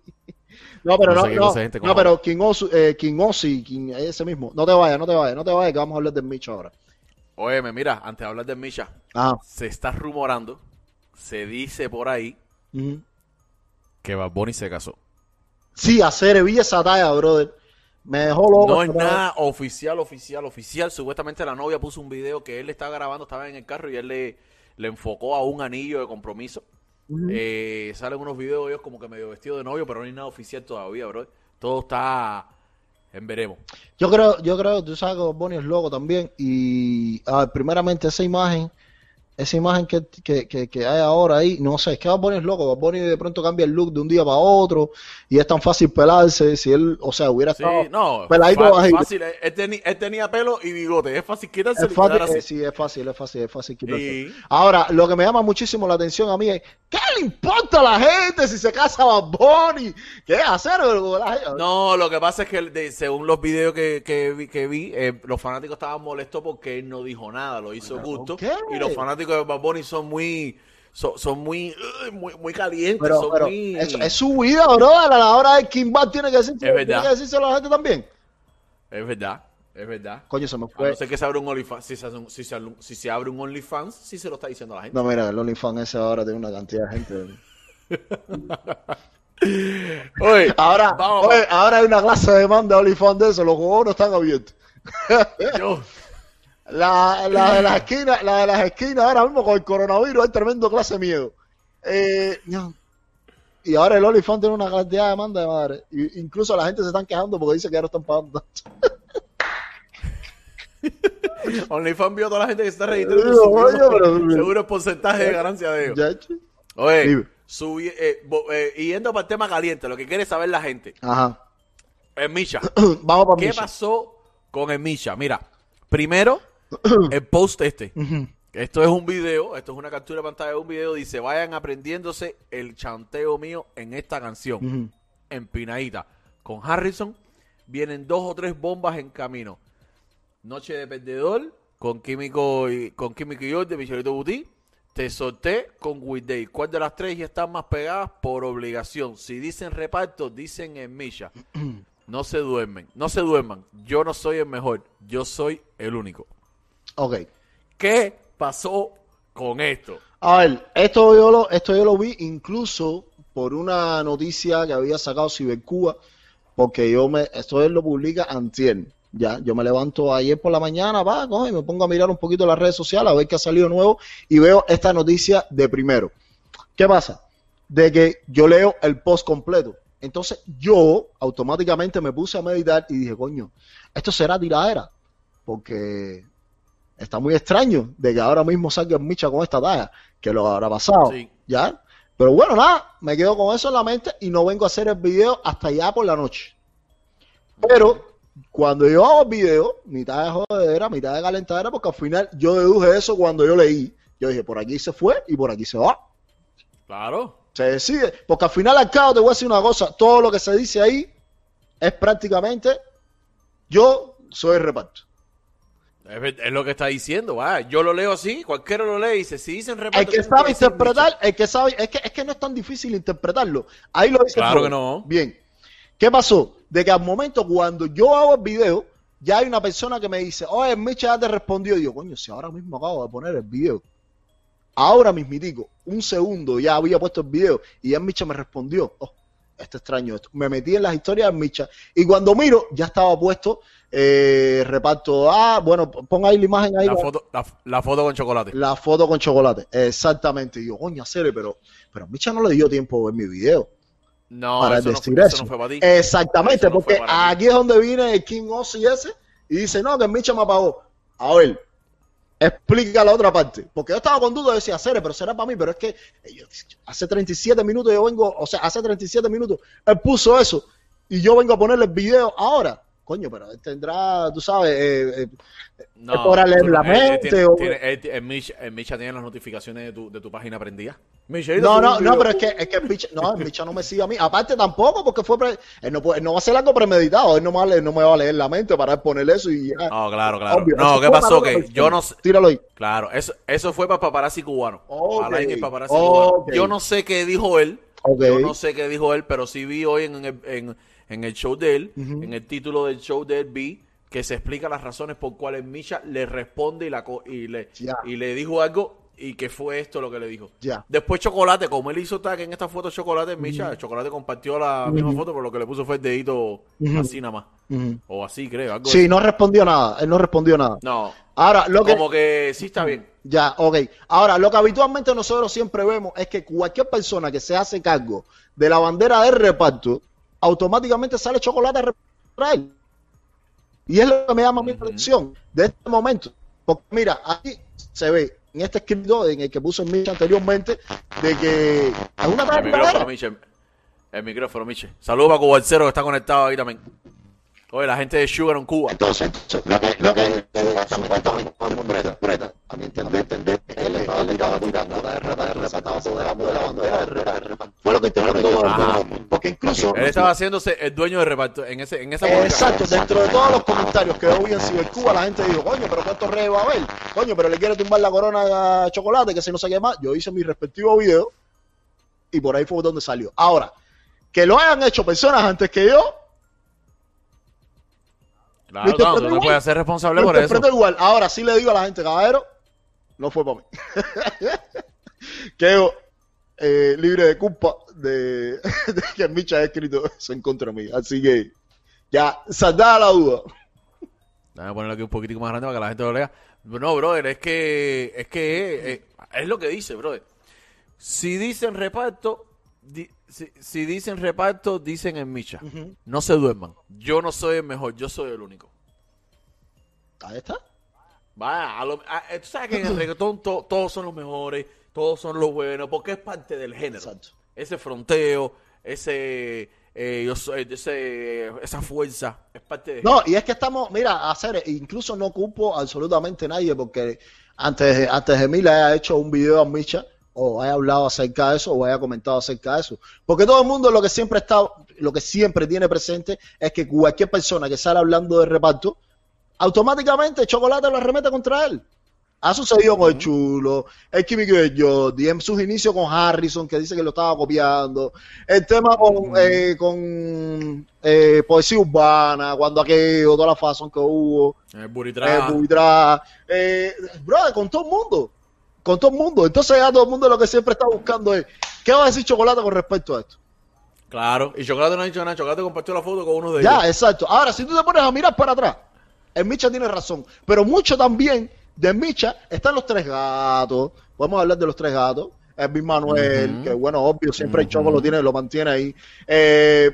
Speaker 2: No, pero
Speaker 1: No
Speaker 2: no,
Speaker 1: sé qué
Speaker 2: no,
Speaker 1: cosa gente con
Speaker 2: no,
Speaker 1: J.
Speaker 2: pero King Osu, eh, King Ozzy, King- ese mismo. No te vayas, no te vayas, no te vayas, que vamos a hablar del Micho ahora. Ah,
Speaker 1: Óyeme, mira, antes de hablar de Misha,
Speaker 2: Ajá.
Speaker 1: se está rumorando, se dice por ahí
Speaker 2: Ujú.
Speaker 1: que Bad Bunny se casó.
Speaker 2: Sí, hacer vi esa talla, brother. Me dejó loco.
Speaker 1: No es
Speaker 2: esa talla.
Speaker 1: nada oficial, oficial, oficial. Supuestamente la novia puso un video que él le estaba grabando, estaba en el carro y él le, le enfocó a un anillo de compromiso. Eh, salen unos videos ellos como que medio vestido de novio, pero no hay nada oficial todavía, bro. Todo está en veremos.
Speaker 2: Yo creo, yo creo, tú sabes que Bad Bunny es loco también. Y a ver, primeramente esa imagen esa imagen que, que, que, que hay ahora ahí, no sé, es que Bad Bunny es loco, Bad Bunny de pronto cambia el look de un día para otro y es tan fácil pelarse, si él, o sea, hubiera
Speaker 1: Sí,
Speaker 2: estado
Speaker 1: no,
Speaker 2: peladito
Speaker 1: fa-
Speaker 2: bajito.
Speaker 1: fácil. Él, él teni- él tenía pelo y bigote. Es fácil quitarse
Speaker 2: Es
Speaker 1: y
Speaker 2: fácil,
Speaker 1: quedar así.
Speaker 2: eh, sí, es fácil, es fácil, es fácil quitarse.
Speaker 1: Sí.
Speaker 2: Ahora, lo que me llama muchísimo la atención a mí es, ¿qué le importa a la gente si se casa Bad Bunny? ¿Qué hacer? La gente-
Speaker 1: No, lo que pasa es que de- según los videos que, que vi, que vi, eh, los fanáticos estaban molestos porque él no dijo nada, lo hizo gusto.
Speaker 2: ok.
Speaker 1: Y los fanáticos de Bad Bunny son muy, son, son muy, ugh, muy, muy calientes.
Speaker 2: Pero,
Speaker 1: son
Speaker 2: pero
Speaker 1: muy-
Speaker 2: es, es su vida, bro. A la hora de Kimball tiene que decirse,
Speaker 1: Es
Speaker 2: tiene
Speaker 1: verdad.
Speaker 2: que decirse a la gente también.
Speaker 1: Es verdad, es verdad.
Speaker 2: Coño, se me
Speaker 1: A Ah, no
Speaker 2: fue.
Speaker 1: ser que se abre un OnlyFans, si se, hace un- si se, abre- si se abre un OnlyFans, sí se lo está diciendo a la gente.
Speaker 2: No, mira, el OnlyFans ese ahora tiene una cantidad de gente.
Speaker 1: Oye,
Speaker 2: Ahora,
Speaker 1: vamos,
Speaker 2: oye, ahora hay una clase de demanda de OnlyFans de eso. Los juegos no están abiertos.
Speaker 1: yo-
Speaker 2: La, la de las esquinas, la de las esquinas ahora mismo con el coronavirus hay tremendo clase de miedo. Eh, no. Y ahora el OnlyFans tiene una cantidad de demanda de madre. Y- incluso la gente se están quejando porque dice que ahora están pagando tanto.
Speaker 1: OnlyFans vio a toda la gente que se está registrando. y
Speaker 2: Oye,
Speaker 1: subió-
Speaker 2: pero-
Speaker 1: seguro el porcentaje de ganancia de ellos.
Speaker 2: Ya, che.
Speaker 1: Oye,
Speaker 2: Dime.
Speaker 1: subi- eh, bo- eh, yendo para el tema caliente, lo que quiere saber la gente.
Speaker 2: Ajá.
Speaker 1: Eh, Misha,
Speaker 2: Vamos para
Speaker 1: ¿qué
Speaker 2: Misha.
Speaker 1: pasó con el Misha? Mira, primero, el post este.
Speaker 2: Ujú.
Speaker 1: Esto es un video, esto es una captura de pantalla de un video. Dice, vayan aprendiéndose el chanteo mío en esta canción.
Speaker 2: Ujú.
Speaker 1: empinadita con Harrison. Vienen dos o tres bombas en camino. Noche de Perdedor con Químico y con Químico y Yo de Michelito Buti. Te solté con Weekday. ¿Cuál de las tres ya están más pegadas por obligación? Si dicen reparto, dicen en milla. No se duermen, no se duerman. Yo no soy el mejor, yo soy el único.
Speaker 2: Ok.
Speaker 1: ¿Qué pasó con esto?
Speaker 2: A ver, esto yo lo, esto yo lo vi incluso por una noticia que había sacado Cibercuba, porque yo me, esto él lo publica antier, ya, yo me levanto ayer por la mañana, va, cojo, y me pongo a mirar un poquito las redes sociales, a ver qué ha salido nuevo, y veo esta noticia de primero. ¿Qué pasa? De que yo leo el post completo. Entonces yo automáticamente me puse a meditar y dije, coño, esto será tiradera, porque está muy extraño de que ahora mismo salga el Micha con esta talla, que lo habrá pasado,
Speaker 1: Sí.
Speaker 2: ¿ya? Pero bueno, nada, me quedo con eso en la mente y no vengo a hacer el video hasta ya por la noche. Pero cuando yo hago el video, mitad de jodedera, mitad de calentadera, porque al final yo deduje eso cuando yo leí. Yo dije, por aquí se fue y por aquí se va.
Speaker 1: Claro.
Speaker 2: Se decide. Porque al final al cabo te voy a decir una cosa. Todo lo que se dice ahí es prácticamente yo soy el reparto.
Speaker 1: Es, ver- es lo que está diciendo, va. Yo lo leo así, cualquiera lo lee y dice, si dicen reparto...
Speaker 2: El que
Speaker 1: tienen
Speaker 2: sabe
Speaker 1: decir Micha.
Speaker 2: interpretar, el que sabe, es que, es que no es tan difícil interpretarlo. Ahí lo dice
Speaker 1: Claro
Speaker 2: todo.
Speaker 1: que no.
Speaker 2: Bien. ¿Qué pasó? De que al momento cuando yo hago el video, ya hay una persona que me dice, oye, Micha ya te respondió. Y yo, coño, si ahora mismo acabo de poner el video. Ahora mismitico, un segundo ya había puesto el video y ya el Micha me respondió. Oh, está extraño esto. Me metí en las historias del Micha y cuando miro ya estaba puesto eh, reparto. Ah, bueno, ponga ahí la imagen ahí.
Speaker 1: La foto, la, la foto con chocolate.
Speaker 2: La foto con chocolate, exactamente. Y yo, coño, Cere, pero, pero a Micha no le dio tiempo en mi video
Speaker 1: No,
Speaker 2: para
Speaker 1: eso, no,
Speaker 2: decir
Speaker 1: fue-
Speaker 2: eso. Eh,
Speaker 1: eso no fue para ti.
Speaker 2: Exactamente,
Speaker 1: Eso no fue
Speaker 2: porque
Speaker 1: para ti.
Speaker 2: aquí es donde viene el King Ozzy ese y dice, no, que Micha me apagó. A ver, explica la otra parte. Porque yo estaba con duda, yo decía, Cere, pero será para mí, pero es que eh, yo- hace 37 minutos yo vengo, o sea, hace 37 minutos él puso eso y yo vengo a ponerle el video ahora. Coño, pero él tendrá, tú sabes, eh, eh,
Speaker 1: no,
Speaker 2: es por
Speaker 1: tú
Speaker 2: leer
Speaker 1: no-
Speaker 2: la
Speaker 1: él- él
Speaker 2: mente,
Speaker 1: tiene-
Speaker 2: o-
Speaker 1: tiene- eh, él- él- Micha, él- Micha tiene las notificaciones de tu, de tu página prendida. Micha,
Speaker 2: No, no, no, pero es que, es que el bicho, no, el bicho no me sigue a mí. Aparte tampoco, porque fue pre- él, no puede- él no va a hacer algo premeditado. Él no me, va a leer, no me va a leer la mente para él poner eso y ya.
Speaker 1: No, Oh, claro, claro.
Speaker 2: Obvio, eso
Speaker 1: no, ¿qué
Speaker 2: fue para
Speaker 1: pasó?
Speaker 2: otra
Speaker 1: Que
Speaker 2: persona.
Speaker 1: yo no sé.
Speaker 2: Tíralo ahí.
Speaker 1: Claro, eso, eso fue para paparazzi cubano.
Speaker 2: Ok,
Speaker 1: Alain y paparazzi
Speaker 2: ok.
Speaker 1: cubano. Yo no sé qué dijo él.
Speaker 2: Ok.
Speaker 1: Yo no sé qué dijo él, pero sí vi hoy en el, en- en el show de él, en el título del show de él, vi que se explica las razones por cuales Misha le responde y, la, co- y, le,
Speaker 2: Ya.
Speaker 1: y le dijo algo y que fue esto lo que le dijo.
Speaker 2: Ya.
Speaker 1: Después Chocolate, como él hizo tag en esta foto Chocolate, Misha, Chocolate compartió la misma foto, pero lo que le puso fue el dedito así nada más.
Speaker 2: Ujú.
Speaker 1: O así, creo. Algo
Speaker 2: Sí,
Speaker 1: así.
Speaker 2: no respondió nada. Él no respondió nada.
Speaker 1: No,
Speaker 2: Ahora, lo que...
Speaker 1: como que sí está bien.
Speaker 2: Ya, ok. Ahora, lo que habitualmente nosotros siempre vemos es que cualquier persona que se hace cargo de la bandera del reparto, automáticamente sale chocolate a reparar. Y es lo que me llama mi atención de este momento. Porque mira, aquí se ve en este escrito en el que puso Miche anteriormente, de que es una
Speaker 1: El micrófono, Miche. El micrófono, Miche. Saludos a Cubarcero que está conectado ahí también. Oye, la gente de Sugar en Cuba.
Speaker 5: Entonces, entonces, lo que, lo que, que diga son cuentos y cuentos, Breta, Breta, a mi entender, entender, él estaba ligado a tu canta, de rata, de resatado, de la de la bandera, de rata, de rata. Fue lo que interrumpió todo el
Speaker 1: Ajá.
Speaker 5: mundo, porque incluso...
Speaker 1: Él estaba haciéndose el dueño de reparto en, ese, en esa publicación.
Speaker 2: Exacto, dentro de todos los comentarios que hoy en Cibercuba, la gente dijo, coño, pero ¿cuántos reyes va a haber? Coño, pero le quiere tumbar la corona a Chocolate, que si no se más. Yo hice mi respectivo video y por ahí fue donde salió. Ahora, que lo hayan hecho personas antes que yo,
Speaker 1: Claro,
Speaker 2: Yo
Speaker 1: no, tú
Speaker 2: interpreto
Speaker 1: no
Speaker 2: igual.
Speaker 1: puedes ser responsable
Speaker 2: lo
Speaker 1: por eso.
Speaker 2: interpreto igual. Ahora sí le digo a la gente, caballero, no fue para mí. Quedo eh, libre de culpa de, de que Micha haya escrito eso en contra mí. Así que ya, saldada la duda.
Speaker 1: Déjame ponerlo aquí un poquitico más grande para que la gente lo lea. No, brother, es que es que eh, es lo que dice, brother. Si dicen reparto, di- si, si dicen reparto, dicen en micha. No se duerman. Yo no soy el mejor, yo soy el único.
Speaker 2: Ahí está.
Speaker 1: Vaya, a lo- a- eh, tú sabes que en el reggaetón to- todos son los mejores, todos son los buenos, porque es parte del género.
Speaker 2: Exacto.
Speaker 1: Ese fronteo, ese, eh, yo soy- ese- esa fuerza, es parte de...
Speaker 2: No, y es que estamos, mira, hacer, incluso no culpo absolutamente nadie porque antes, de- antes de mí le haya hecho un video a Micha o haya hablado acerca de eso o haya comentado acerca de eso. Porque todo el mundo lo que siempre está, lo que siempre tiene presente es que cualquier persona que sale hablando de reparto, automáticamente Chocolate lo arremete contra él. Ha sucedido con el chulo, el químico de Jordi, en sus inicios con Harrison, que dice que lo estaba copiando, el tema con, eh, con eh, poesía urbana, cuando aquello, toda la fazón que hubo,
Speaker 1: El
Speaker 2: eh,
Speaker 1: buritrá.
Speaker 2: Buitrá, eh, brother, con todo el mundo, con todo el mundo. Entonces ya todo el mundo lo que siempre está buscando es, ¿qué va a decir Chocolate con respecto a esto?
Speaker 1: Claro, y Chocolate no ha dicho nada. Chocolate compartió la foto con uno de
Speaker 2: Ya, eh,
Speaker 1: ellos.
Speaker 2: exacto. Ahora, si tú te pones a mirar para atrás, el Micha tiene razón. Pero mucho también de Micha están los tres gatos. Podemos hablar de los tres gatos. Elvin Manuel,
Speaker 1: Ujú.
Speaker 2: que bueno, obvio, siempre el Choco lo tiene, lo mantiene ahí. Eh,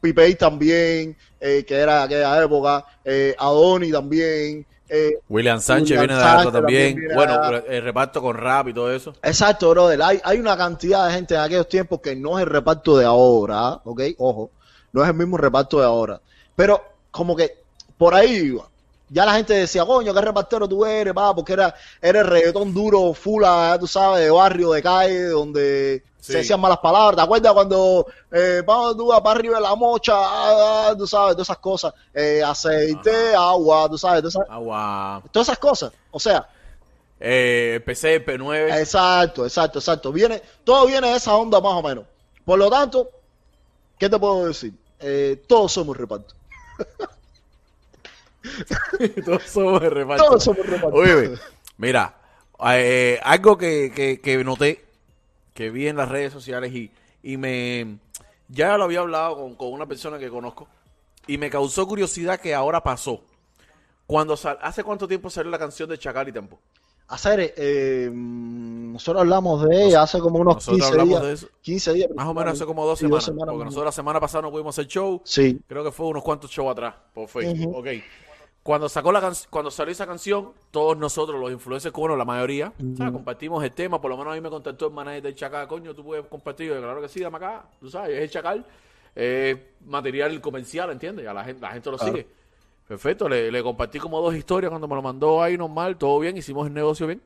Speaker 2: Pipey también, eh, que era aquella época. Eh, Adoni también. Eh,
Speaker 1: William Sánchez
Speaker 2: William
Speaker 1: viene de acá
Speaker 2: Sánchez
Speaker 1: también.
Speaker 2: también viene de
Speaker 1: bueno,
Speaker 2: acá.
Speaker 1: el reparto con rap y todo eso.
Speaker 2: Exacto, brother. Hay, hay una cantidad de gente en aquellos tiempos que no es el reparto de ahora, ¿ok? Ojo, no es el mismo reparto de ahora. Pero como que por ahí iba. Ya la gente decía, coño, qué repartero tú eres, pa, porque era, era el reggaetón duro, fula, tú sabes, de barrio, de calle, donde
Speaker 1: Sí.
Speaker 2: se decían malas palabras. ¿Te acuerdas cuando eh, vamos tú vas para arriba de la mocha, ah, ah, tú sabes, todas esas cosas? Eh, aceite, agua, tú sabes, todas esas,
Speaker 1: Agua.
Speaker 2: todas esas cosas. O sea,
Speaker 1: Eh, PC, P9.
Speaker 2: Exacto, exacto, exacto. Viene, todo viene de esa onda más o menos. Por lo tanto, ¿qué te puedo decir? Eh, todos somos reparto.
Speaker 1: todos somos de reparto.
Speaker 2: Eh, Todos somos reparto.
Speaker 1: Oye, mira, eh, algo que, que, que noté, que vi en las redes sociales y, y me. Ya lo había hablado con, con una persona que conozco y me causó curiosidad que ahora pasó. Cuando sal- ¿Hace cuánto tiempo salió la canción de Chacal y Tempo?
Speaker 2: Hacer, eh, mm, nosotros hablamos de ella hace como unos
Speaker 1: nosotros
Speaker 2: 15
Speaker 1: hablamos
Speaker 2: días.
Speaker 1: de eso.
Speaker 2: 15 días.
Speaker 1: Más o menos hace como dos
Speaker 2: Sí,
Speaker 1: semanas. porque
Speaker 2: más o
Speaker 1: nosotros la semana pasada no pudimos hacer show.
Speaker 2: menos. Sí,
Speaker 1: Creo que fue unos cuantos shows atrás por Facebook. Ok. Cuando, sacó la can- cuando salió esa canción, todos nosotros, los influencers cubanos, la mayoría, ¿sabes? compartimos el tema. Por lo menos a mí me contactó el manager del Chacal. Coño, tú puedes compartir. Yo, claro que sí, dame acá. Tú sabes, es el Chacal. Eh, material comercial, ¿entiendes? A la gente, la gente lo sigue. Perfecto, le, le compartí como dos historias cuando me lo mandó ahí normal, todo bien, hicimos el negocio bien.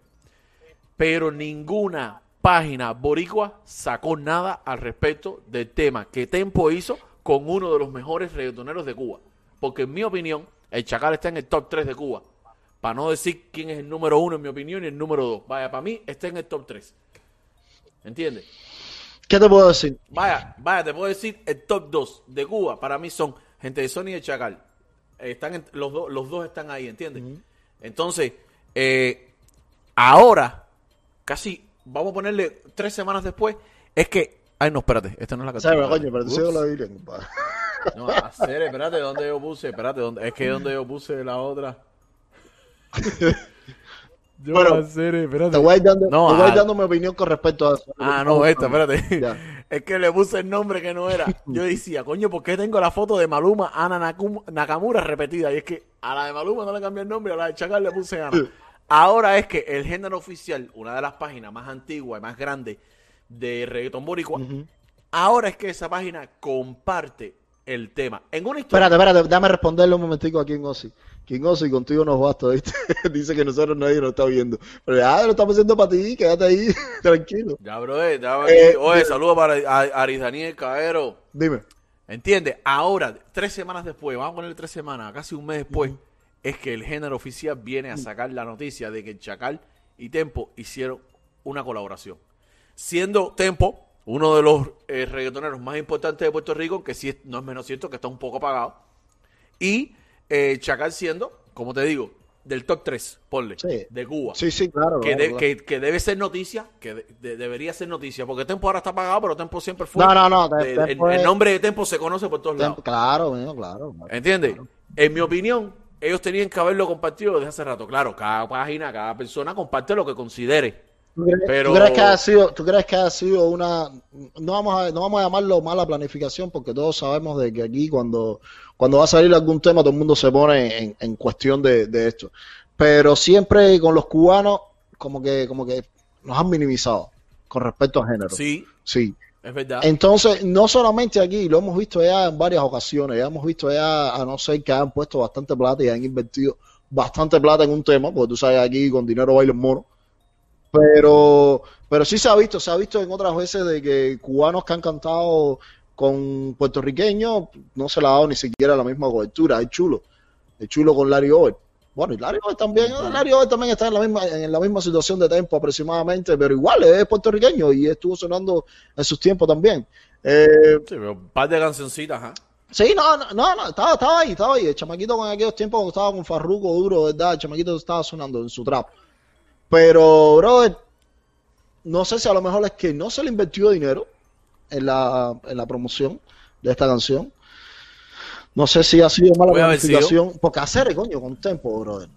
Speaker 1: Pero ninguna página boricua sacó nada al respecto del tema que Tempo hizo con uno de los mejores reggaetoneros de Cuba. Porque en mi opinión, el Chacal está en el top 3 de Cuba. Para no decir quién es el número uno en mi opinión y el número 2. Vaya, para mí está en el top 3. ¿Entiendes?
Speaker 2: ¿qué te puedo decir?
Speaker 1: Vaya, vaya, te puedo decir, el top 2 de Cuba para mí son gente de Sony y de Chacal. Eh, Están en- los, do- los dos están ahí, ¿entiendes? Entonces, eh, ahora, casi, vamos a ponerle tres semanas después, es que... Ay, no, espérate, esta no es la
Speaker 2: O
Speaker 1: canción.
Speaker 2: sea, pero,
Speaker 1: espérate.
Speaker 2: coño, pero tú
Speaker 1: Ups.
Speaker 2: sigues la Biblia, compadre.
Speaker 1: No, hacer, espérate, ¿dónde yo puse? Espérate, ¿dónde? es que ¿dónde yo puse la otra? yo
Speaker 2: Bueno,
Speaker 1: hacer, espérate.
Speaker 2: Te voy a ir dando,
Speaker 1: No,
Speaker 2: te voy a ir
Speaker 1: ah.
Speaker 2: dando mi opinión con respecto a eso.
Speaker 1: Ah, no, esta, espérate.
Speaker 2: Ya.
Speaker 1: Es que le puse el nombre que no era. Yo decía, coño, ¿por qué tengo la foto de Maluma, Ana Nakum- Nakamura repetida? Y es que a la de Maluma no le cambié el nombre, a la de Chacal le puse Ana. Ahora es que el género oficial, una de las páginas más antiguas y más grandes de reggaetón boricua,
Speaker 2: Ujú.
Speaker 1: ahora es que esa página comparte el tema. En una historia...
Speaker 2: Espérate, espérate, dame responderle un momentico a King Ozzy. King Ozzy, contigo nos basta, ¿viste? Dice que nosotros nadie nos está viendo. Pero ah, lo estamos haciendo para ti, quédate ahí, tranquilo.
Speaker 1: Ya, bro, eh, ya,
Speaker 2: Eh,
Speaker 1: oye,
Speaker 2: de-
Speaker 1: saludos para a- Aris Daniel Caero.
Speaker 2: Dime.
Speaker 1: ¿Entiendes? Ahora, tres semanas después, vamos a ponerle tres semanas, casi un mes después, es que el género oficial viene a
Speaker 2: Mm.
Speaker 1: sacar la noticia de que el Chacal y Tempo hicieron una colaboración. Siendo Tempo uno de los eh, reggaetoneros más importantes de Puerto Rico, que sí es- no es menos cierto, que está un poco apagado. Y eh, Chacal siendo, como te digo, del top 3, ponle,
Speaker 2: Sí.
Speaker 1: de Cuba
Speaker 2: Sí, sí, claro.
Speaker 1: que,
Speaker 2: claro,
Speaker 1: de-
Speaker 2: claro.
Speaker 1: que- que debe ser noticia, que de- de- debería ser noticia, porque Tempo ahora está pagado, pero Tempo siempre fue.
Speaker 2: No, no, no,
Speaker 1: de-
Speaker 2: Tempo
Speaker 1: el,
Speaker 2: es-
Speaker 1: el nombre de Tempo se conoce por todos lados.
Speaker 2: Claro, mío, claro.
Speaker 1: ¿Entiendes? En mi opinión, ellos tenían que haberlo compartido desde hace rato. Claro, cada página, cada persona comparte lo que considere.
Speaker 2: ¿Tú crees,
Speaker 1: Pero-
Speaker 2: tú crees que ha sido, tú crees que ha sido una, no vamos a, no vamos a llamarlo mala planificación, porque todos sabemos de que aquí cuando, cuando va a salir algún tema, todo el mundo se pone en, en cuestión de, de esto. Pero siempre con los cubanos, como que, como que nos han minimizado con respecto al género.
Speaker 1: Sí,
Speaker 2: Sí.
Speaker 1: es verdad.
Speaker 2: Entonces, no solamente aquí, lo hemos visto ya en varias ocasiones, ya hemos visto ya, a no ser que han puesto bastante plata y han invertido bastante plata en un tema, porque tú sabes, aquí con dinero baila el mono. Pero, pero sí se ha visto, se ha visto en otras veces de que cubanos que han cantado con puertorriqueños no se le ha dado ni siquiera la misma cobertura, el chulo, el chulo con Larry Over. Bueno, y Larry Over también, Larry Over también está en la misma, en la misma situación de tiempo aproximadamente, pero igual es puertorriqueño y estuvo sonando en sus tiempos también. Eh,
Speaker 1: Sí, pero un par de cancioncitas, ajá.
Speaker 2: sí, no, no, no, no, estaba, estaba ahí, estaba ahí. El chamaquito con aquellos tiempos cuando estaba con Farruko duro, ¿verdad? El chamaquito estaba sonando en su trap. Pero, brother, no sé si a lo mejor es que no se le invirtió dinero en la, en la promoción de esta canción. No sé si ha sido mala
Speaker 1: Puede haber sido.
Speaker 2: planificación. Porque hacer, coño, con Tempo, brother.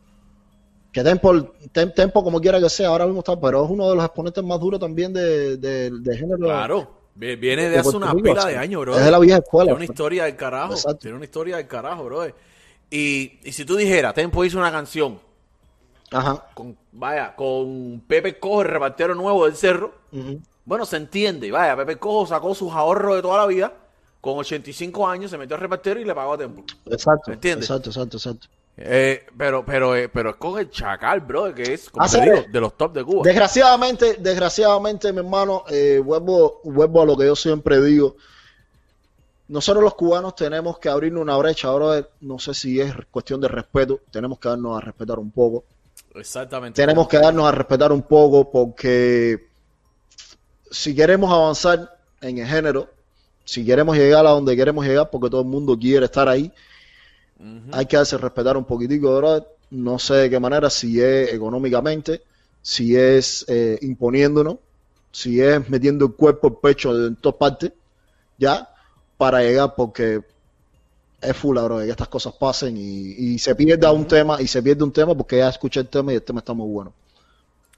Speaker 2: Que Tempo, Tem- Tempo, como quiera que sea, ahora mismo está, pero es uno de los exponentes más duros también de, de, de género.
Speaker 1: Claro. Vi- Viene de
Speaker 2: de
Speaker 1: hace
Speaker 2: Puerto
Speaker 1: una
Speaker 2: Rico,
Speaker 1: pila
Speaker 2: sí.
Speaker 1: de años, bro.
Speaker 2: Es de la vieja escuela. pues.
Speaker 1: Tiene una historia del carajo.
Speaker 2: Exacto.
Speaker 1: Tiene una historia del carajo, bro. Y, y si tú dijeras, Tempo hizo una canción
Speaker 2: Ajá.
Speaker 1: con, vaya, con Pepe Cojo, el repartero nuevo del cerro.
Speaker 2: Ujú.
Speaker 1: Bueno, se entiende, vaya, Pepe Cojo sacó sus ahorros de toda la vida, con 85 años se metió al repartero y le pagó a Tempo.
Speaker 2: Exacto,
Speaker 1: ¿Entiendes?
Speaker 2: exacto, exacto, exacto.
Speaker 1: Eh, pero, pero, eh, pero es con el Chacal, bro, que es, como
Speaker 2: Ah,
Speaker 1: te
Speaker 2: sí.
Speaker 1: digo, de los top de Cuba.
Speaker 2: Desgraciadamente, desgraciadamente, mi hermano, eh, vuelvo, vuelvo a lo que yo siempre digo. Nosotros los cubanos tenemos que abrirnos una brecha. Ahora no sé si es cuestión de respeto. Tenemos que darnos a respetar un poco.
Speaker 1: Exactamente.
Speaker 2: Tenemos que darnos a respetar un poco porque si queremos avanzar en el género, si queremos llegar a donde queremos llegar, porque todo el mundo quiere estar ahí, hay que hacer respetar un poquitico, brother. No sé de qué manera, si es económicamente, si es eh, imponiéndonos, si es metiendo el cuerpo, el pecho en todas partes, ya, para llegar, porque es full, bro, que estas cosas pasen y, y se pierda un tema, y se pierde un tema porque ya escuché el tema y el tema está muy bueno.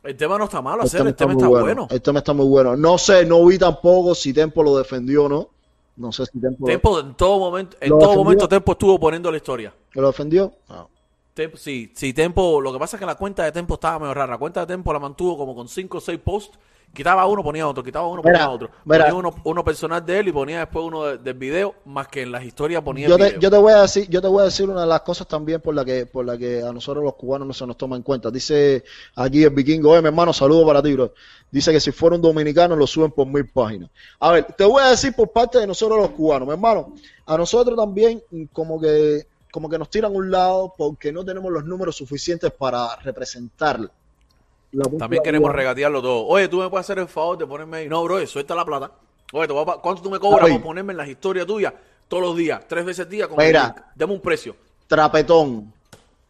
Speaker 1: El tema no está malo
Speaker 2: El
Speaker 1: hacer,
Speaker 2: tema
Speaker 1: el este tema
Speaker 2: muy
Speaker 1: está bueno.
Speaker 2: El tema está muy bueno. No sé, no vi tampoco si Tempo lo defendió o no. No sé si Tempo,
Speaker 1: Tempo en todo momento, en
Speaker 2: Lo
Speaker 1: todo
Speaker 2: defendió.
Speaker 1: momento Tempo estuvo poniendo la historia.
Speaker 2: lo defendió. No.
Speaker 1: Tempo- sí, sí, Tempo, lo que pasa es que la cuenta de Tempo estaba medio rara. La cuenta de Tempo la mantuvo como con 5 o 6 posts. Quitaba uno, ponía otro, quitaba uno, ponía
Speaker 2: Mira,
Speaker 1: otro.
Speaker 2: mira.
Speaker 1: Ponía uno, uno personal de él y ponía después uno de- del video, más que en las historias ponía
Speaker 2: yo
Speaker 1: el
Speaker 2: te,
Speaker 1: video.
Speaker 2: yo te voy a decir, yo te voy a decir una de las cosas también por la que, por la que a nosotros los cubanos no se nos toma en cuenta. Dice aquí el vikingo, oye mi hermano, saludo para ti, bro. Dice que si fuera un dominicano lo suben por mil páginas. A ver, te voy a decir por parte de nosotros los cubanos, mi hermano, a nosotros también mm, como que, como que nos tiran a un lado porque no tenemos los números suficientes para representar. la cultura
Speaker 1: También queremos
Speaker 2: cubana.
Speaker 1: regatearlo todo. Oye, tú me puedes hacer el favor de ponerme ahí. No, bro, suelta la plata. Oye, te voy a pa- ¿cuánto tú me cobras
Speaker 2: Ay.
Speaker 1: por ponerme en las historias tuyas todos los días? Tres veces al día. Con
Speaker 2: Mira.
Speaker 1: el link. Dame un precio.
Speaker 2: Trapetón.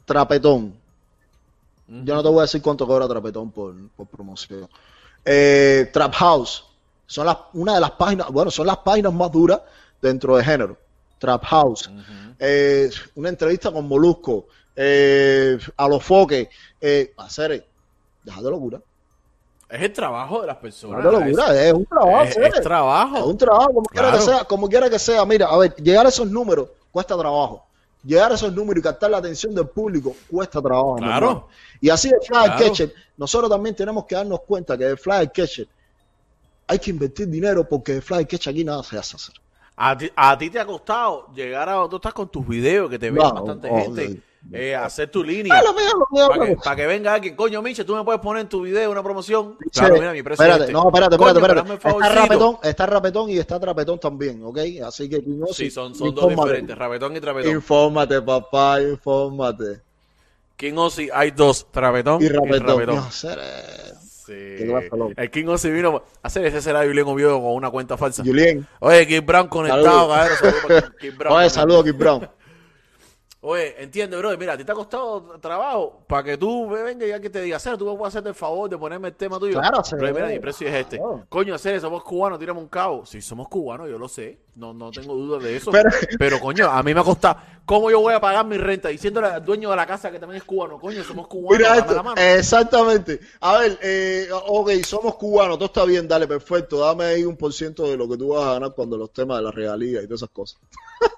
Speaker 2: Trapetón. Yo no te voy a decir cuánto cobra Trapetón por, por promoción. Eh, Trap House. Son las, una de las páginas, bueno, son las páginas más duras dentro de género. Trap House. Eh, una entrevista con Molusco. Eh, a los foques. Eh, hacer, deja de locura.
Speaker 1: Es el trabajo de las
Speaker 2: Deja
Speaker 1: personas.
Speaker 2: de locura. Es un trabajo.
Speaker 1: es,
Speaker 2: hacer.
Speaker 1: es trabajo.
Speaker 2: Es un trabajo, como quiera
Speaker 1: Claro.
Speaker 2: que sea, como quiera que sea. Mira, a ver, llegar a esos números cuesta trabajo. llegar a esos números y captar la atención del público cuesta trabajo. mi
Speaker 6: Claro.
Speaker 2: hermano. Y así de Fly
Speaker 6: Claro.
Speaker 2: Catcher, nosotros también tenemos que darnos cuenta que de Fly Catcher hay que invertir dinero porque de Fly Catcher aquí nada se hace hacer.
Speaker 1: A ti, a ti te ha costado llegar a donde tú estás con tus videos, que te ve
Speaker 2: No,
Speaker 1: bastante
Speaker 2: oh,
Speaker 1: gente, eh, hacer tu línea.
Speaker 2: Ah, lo mío, lo mío,
Speaker 1: Para que,
Speaker 2: lo mío.
Speaker 1: pa' que venga alguien, coño, Miche, tú me puedes poner en tu video una promoción.
Speaker 2: Dice,
Speaker 1: Claro, mira, mi precio es
Speaker 2: espérate,
Speaker 1: este.
Speaker 2: no, espérate,
Speaker 1: Coño,
Speaker 2: espérate,
Speaker 1: pero hazme
Speaker 2: espérate.
Speaker 1: el
Speaker 2: Está
Speaker 1: favorcito.
Speaker 2: rapetón, está rapetón y está trapetón también, ¿ok? Así que no,
Speaker 1: Sí, son, son dos
Speaker 2: infórmate.
Speaker 1: diferentes, rabetón y trapetón.
Speaker 2: Infórmate, papá, infórmate.
Speaker 1: King Ozzy hay dos, trapetón
Speaker 2: Y
Speaker 1: y
Speaker 2: rapetón.
Speaker 1: rabetón.
Speaker 2: No, seré.
Speaker 1: Sí.
Speaker 2: Qué guasa, loco.
Speaker 1: El King Ozzy vino a hacer ese será Julián Oviedo con una cuenta falsa.
Speaker 2: Julián.
Speaker 1: Oye, King Brown conectado,
Speaker 2: Saludos.
Speaker 1: cabrón. saludos para King- King Brown.
Speaker 2: Oye, saludos, Kid Brown.
Speaker 1: Oye, entiende, bro. Mira, a ti te ha costado trabajo para que tú me vengas y alguien te diga, Cero, tú me puedes hacerte el favor de ponerme el tema tuyo.
Speaker 2: Claro,
Speaker 1: Bro, mira,
Speaker 2: Cero.
Speaker 1: mi precio es este.
Speaker 2: Claro.
Speaker 1: Coño, Cero, somos cubanos, tírame un cabo. Sí, somos cubanos, yo lo sé. No, no tengo duda de eso. Pero,
Speaker 2: Pero-
Speaker 1: coño, a mí me ha costado. ¿Cómo yo voy a pagar mi renta diciéndole al dueño de la casa que también es cubano? Coño, somos cubanos.
Speaker 2: Mira
Speaker 1: dame
Speaker 2: esto,
Speaker 1: la mano.
Speaker 2: exactamente. A ver, eh, ok, somos cubanos, todo está bien, dale, perfecto. Dame ahí un por ciento de lo que tú vas a ganar cuando los temas de la regalía y todas esas cosas.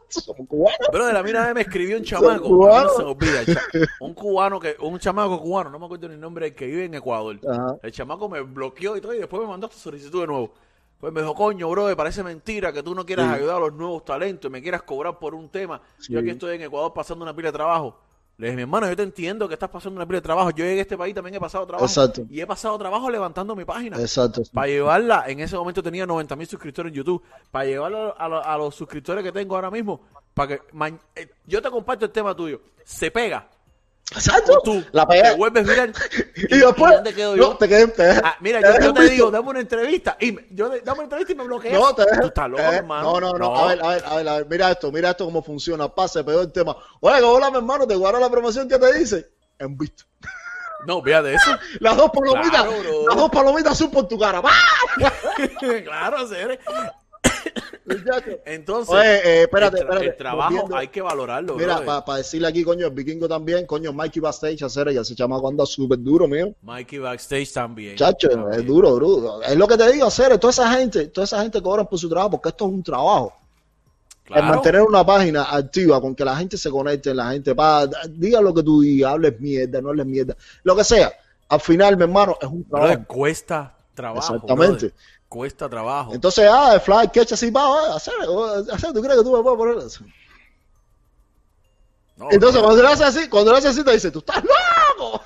Speaker 2: somos cubanos.
Speaker 1: Bro, de la mina me escribió un chamaco.
Speaker 2: cubano.
Speaker 1: a mí no se me olvida. el cha- Un cubano que, un chamaco cubano, no me acuerdo ni el nombre, que vive en Ecuador.
Speaker 2: Ajá.
Speaker 1: El chamaco me bloqueó y todo, y después me mandó su solicitud de nuevo. Pues me dijo, coño, bro, me parece mentira que tú no quieras ayudar a los nuevos talentos y me quieras cobrar por un tema. Yo aquí estoy en Ecuador pasando una pila de trabajo. Le dije, mi hermano, yo te entiendo que estás pasando una pila de trabajo. Yo llegué a este país también he pasado trabajo.
Speaker 2: Exacto.
Speaker 1: Y he pasado trabajo levantando mi página.
Speaker 2: Exacto.
Speaker 1: Para llevarla, en ese momento tenía 90 mil suscriptores en YouTube. Para llevarla a, lo- a los suscriptores que tengo ahora mismo. Para que ma- eh, yo te comparto el tema tuyo. Se pega.
Speaker 2: Exacto.
Speaker 1: Tú
Speaker 2: la
Speaker 1: te
Speaker 2: pega.
Speaker 1: vuelves viral.
Speaker 2: Y después.
Speaker 1: ¿Y dónde quedo yo?
Speaker 2: No, te quedé. te-
Speaker 1: Ah, mira,
Speaker 2: te
Speaker 1: yo, yo
Speaker 2: dejan
Speaker 1: te
Speaker 2: visto.
Speaker 1: digo, dame una entrevista. Y me- yo te- dame una entrevista y me bloqueas.
Speaker 2: No, te dejan-
Speaker 1: Tú estás loco,
Speaker 2: te dejan-
Speaker 1: hermano.
Speaker 2: No, no, no. A ver, a ver, a ver, a ver. Mira esto, mira esto cómo funciona. Pase, pegó el tema. Oye, que hola, mi hermano, te guardo la promoción que te dice. En visto.
Speaker 1: No, vea de eso.
Speaker 2: Las dos palomitas,
Speaker 1: Claro, bro.
Speaker 2: las dos palomitas son por tu cara. ¡Bah!
Speaker 1: claro, señores.
Speaker 2: Muchacho.
Speaker 1: Entonces,
Speaker 2: Oye, eh,
Speaker 1: el
Speaker 2: espérate,
Speaker 1: tra-
Speaker 2: espérate.
Speaker 1: el trabajo
Speaker 2: Volviendo-
Speaker 1: hay que valorarlo.
Speaker 2: Mira,
Speaker 1: brother.
Speaker 2: para decirle aquí, coño, el vikingo también, coño, Mikey Backstage, hacer ya se llama anda súper duro, mío.
Speaker 1: Mikey Backstage también.
Speaker 2: Chacho,
Speaker 1: También.
Speaker 2: es duro, duro. Es lo que te digo, hacer, toda esa gente, toda esa gente cobra por su trabajo, porque esto es un trabajo. El
Speaker 1: Claro.
Speaker 2: mantener una página activa con que la gente se conecte, la gente pa, diga lo que tú digas, hables mierda, no hables mierda, lo que sea. Al final, mi hermano, es un trabajo.
Speaker 1: Brother, cuesta trabajo.
Speaker 2: Exactamente.
Speaker 1: brother. Cuesta trabajo.
Speaker 2: Entonces, ah, el fly catch así, va, va, hacer, hacer, ¿tú crees que tú me puedes poner eso?
Speaker 1: No, brother,
Speaker 2: Entonces, cuando lo haces así, cuando lo haces así, te dice, tú estás loco.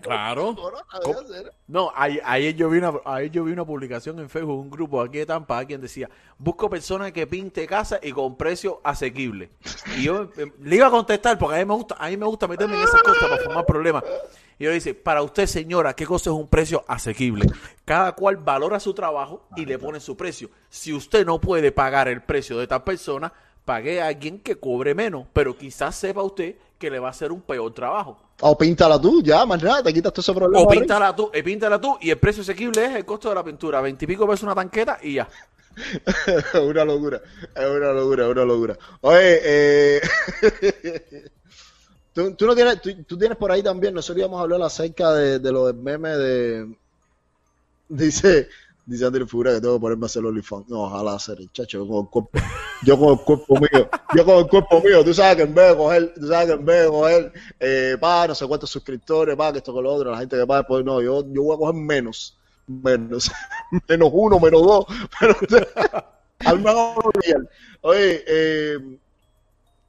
Speaker 1: claro.
Speaker 2: Cobra, hacer.
Speaker 1: No, ayer, ayer yo vi una, ayer yo vi una publicación en Facebook, un grupo aquí de Tampa, quien decía, busco personas que pinte casa y con precio asequible. Y yo eh, le iba a contestar, porque a mí me gusta, a mí me gusta meterme en esas cosas para formar problemas. Y yo le dice, para usted señora, ¿qué cosa es un precio asequible? Cada cual valora su trabajo y le pone su precio. Si usted no puede pagar el precio de tal persona, pague a alguien que cobre menos, pero quizás sepa usted que le va a hacer un peor trabajo.
Speaker 2: O píntala tú, ya, más nada, te quitas todo ese problema.
Speaker 1: O
Speaker 2: de arriba.
Speaker 1: píntala tú, eh, píntala tú y el precio asequible es el costo de la pintura, veintipico pesos una tanqueta y ya.
Speaker 2: Es una locura, es una locura, es una locura. Oye, eh... tú, tú no tienes, tú, tú tienes por ahí también, nosotros íbamos a hablar acerca de, de lo del meme de... Dice, dice Andrés Figura que tengo que ponerme a hacer OnlyFans. No, ojalá hacer el chacho, yo con el cuerpo, yo con el cuerpo mío, yo con el cuerpo mío, tú sabes que en vez de coger, tú sabes que en vez de coger, eh, pa, no sé cuántos suscriptores, pa, que esto con lo otro, la gente que paga después, no, yo, yo voy a coger menos, menos, menos uno, menos dos, menos... Al mago Gabriel. Oye, eh,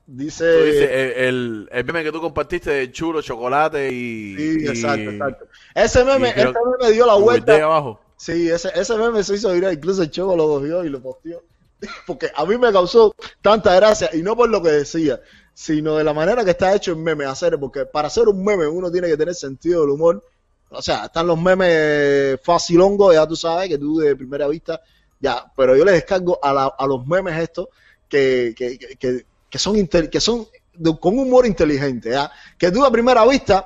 Speaker 2: dice.
Speaker 1: Tú dices, eh, el, el meme que tú compartiste de chulo, chocolate y.
Speaker 2: sí,
Speaker 1: y-
Speaker 2: exacto, exacto. Ese meme,
Speaker 1: y creo-
Speaker 2: este meme dio la
Speaker 1: y voltea
Speaker 2: vuelta.
Speaker 1: abajo.
Speaker 2: Sí, ese, ese meme se hizo viral. Incluso el chico lo cogió y lo posteó. Porque a mí me causó tanta gracia, y no por lo que decía, sino de la manera que está hecho el meme. Hacer, porque para hacer un meme uno tiene que tener sentido del humor. O sea, están los memes facilongos, ya tú sabes, que tú de primera vista, ya, pero yo les descargo a, la- a los memes estos que, que, que- que, que son, inte- que son de- con humor inteligente, ya, que tú a primera vista,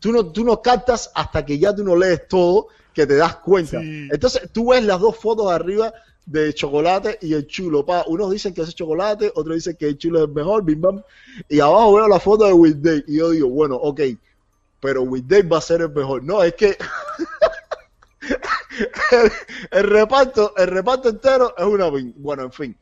Speaker 2: tú no, tú no captas hasta que ya tú no lees todo, que te das cuenta. Entonces, tú ves las dos fotos de arriba de chocolate y el chulo, pa, unos dicen que ese es chocolate, otros dicen que el chulo es el mejor, bim bam, y abajo veo la foto de Will Day, y yo digo, bueno, ok, pero With Dave va a ser el mejor. No, es que el, el reparto, el reparto entero es una pin- Bueno, en fin.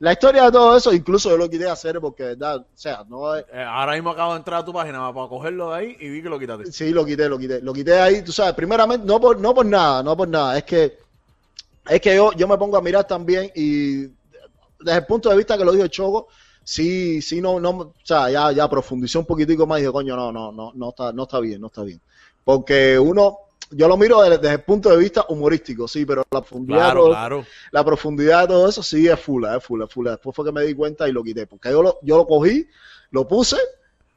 Speaker 2: La historia de todo eso, incluso yo lo quité hacer porque, de verdad, o sea, no es,
Speaker 1: Eh, ahora mismo acabo de entrar a tu página para cogerlo de ahí y vi que lo quitaste.
Speaker 2: Sí, lo quité, lo quité. Lo quité ahí, tú sabes, primeramente, no por, no por nada, no por nada. Es que, es que yo, yo me pongo a mirar también y desde el punto de vista que lo dijo Choco, sí, sí, no, no, o sea, ya, ya profundicé un poquitico más y dije, coño, no, no, no, no está, no está bien, no está bien. Porque uno, yo lo miro desde, desde el punto de vista humorístico, sí, pero la profundidad, de
Speaker 1: Claro,
Speaker 2: todo-
Speaker 1: claro.
Speaker 2: la profundidad de todo eso sí es fula, es fula, es fula. Después fue que me di cuenta y lo quité, porque yo lo, yo lo cogí, lo puse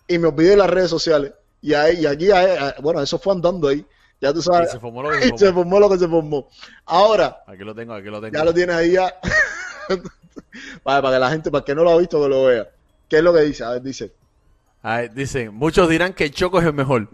Speaker 2: y me olvidé de las redes sociales. Y, ahí, y aquí, ahí, ah, bueno, eso fue andando ahí. Ya tú
Speaker 1: Y
Speaker 2: sabes.
Speaker 1: se formó lo que
Speaker 2: Y
Speaker 1: se
Speaker 2: se
Speaker 1: formó.
Speaker 2: formó lo que se formó. Ahora,
Speaker 1: Aquí lo tengo, aquí lo tengo.
Speaker 2: ya lo tienes ahí ya. Vale, para que la gente, para que no lo ha visto, que lo vea. ¿Qué es lo que dice? A ver, dice,
Speaker 1: A ver, dicen, muchos dirán que el Choco es el mejor.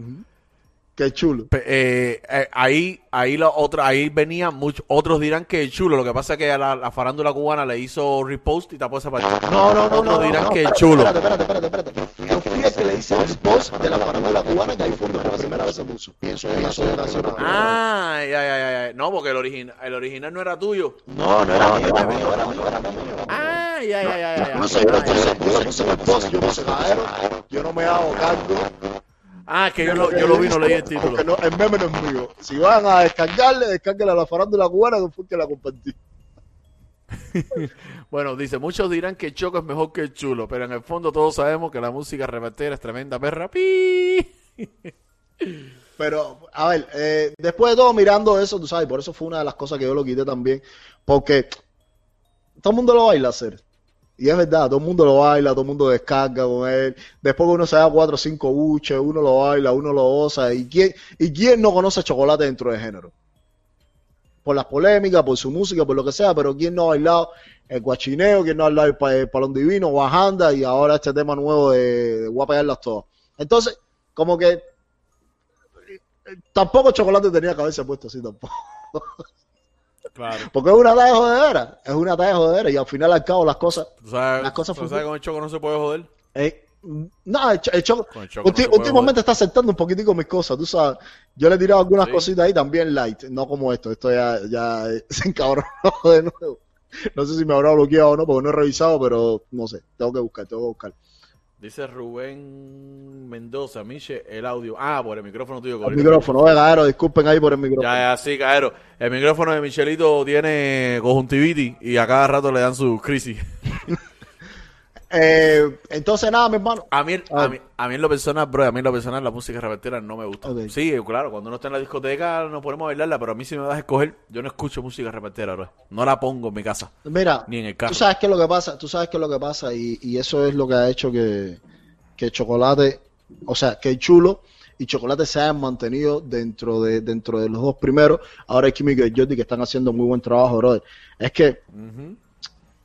Speaker 2: qué chulo.
Speaker 1: Pe- eh, eh, ahí ahí la otra ahí venían muchos otros dirán que es chulo lo que pasa es que a la, la farándula cubana le hizo repost y tapó esa parte
Speaker 2: No, no, no, no,
Speaker 1: otros dirán
Speaker 2: no,
Speaker 1: que es chulo
Speaker 2: Espérate, espérate, espérate, espérate. Yo fui el que le hice el post de la farándula cubana que ahí fue la primera vez se puso. Pienso en eso de la
Speaker 1: ah ya, ya, ya, ya. no porque el original el original no era tuyo
Speaker 5: No, no era mío, era mío, era mío, era mío.
Speaker 1: ah ya ya ya, ya, ya.
Speaker 5: Incluso yo lo puse, yo puse en el post, yo puse cadero,
Speaker 2: Yo no me hago cargo.
Speaker 1: ah que yo lo, yo lo vi no leí el título
Speaker 2: Porque no, el meme no es mío. Si van a descargarle, descarguen a la farándula cubana que fue el que la compartí.
Speaker 1: bueno dice muchos dirán que Choco es mejor que el chulo pero en el fondo todos sabemos que la música repartida es tremenda perra pi
Speaker 2: Pero, a ver, eh, después de todo mirando eso, tú sabes, por eso fue una de las cosas que yo lo quité también, porque todo el mundo lo baila hacer. Y es verdad, todo el mundo lo baila, todo el mundo descarga con él. Después que uno se da cuatro o cinco buches, uno lo baila, uno lo goza. ¿Y quién, ¿Y quién no conoce chocolate dentro de género? Por las polémicas, por su música, por lo que sea, pero ¿quién no ha bailado el guachineo? ¿Quién no ha bailado el, pa- el palón divino, Bajanda y ahora este tema nuevo de, de voy a pegarlas todas? Entonces, como que tampoco chocolate tenía cabeza puesto así tampoco.
Speaker 1: claro
Speaker 2: Porque es una talla jodedera, es una talla jodedera y al final al cabo las cosas...
Speaker 1: tú sabes,
Speaker 2: Las cosas
Speaker 1: tú sabes
Speaker 2: funcionan.
Speaker 1: con el Choco no se puede joder
Speaker 2: eh, no, el, cho- el Choco-
Speaker 1: Con el Choco no
Speaker 2: ulti-
Speaker 1: se puede
Speaker 2: últimamente está aceptando un poquitico mis cosas, tú sabes. Yo le he tirado algunas
Speaker 1: Sí.
Speaker 2: cositas ahí también light, no como esto, esto ya, ya eh, se encabronó de nuevo. No sé si me habrá bloqueado o no, porque no he revisado, pero no sé, tengo que buscar, tengo que buscar.
Speaker 1: Dice Rubén Mendoza, Miche, el audio. Ah, por el micrófono tuyo.
Speaker 2: El
Speaker 1: Corina.
Speaker 2: micrófono, oiga, Aero, disculpen ahí por el micrófono.
Speaker 1: Ya, ya, sí, caero. El micrófono de Michelito tiene conjuntivitis y a cada rato le dan su crisis.
Speaker 2: Eh, entonces nada, mi hermano.
Speaker 1: A mí, a
Speaker 2: Ah.
Speaker 1: mí, a mí en lo personal, bro, a mí en lo personal la música repetida no me gusta.
Speaker 2: Ok.
Speaker 1: Sí, claro, cuando uno está en la discoteca nos ponemos a bailarla, pero a mí si me das a escoger, yo no escucho música repetida, bro. No la pongo en mi casa,
Speaker 2: Mira,
Speaker 1: ni en el carro.
Speaker 2: Tú sabes qué es lo que pasa, tú sabes qué es lo que pasa y, y eso es lo que ha hecho que, que Chocolate, o sea, que Chulo y Chocolate se hayan mantenido dentro de dentro de los dos primeros. Ahora hay Químico y Jordi que están haciendo muy buen trabajo, brother. Es que
Speaker 1: Ujú.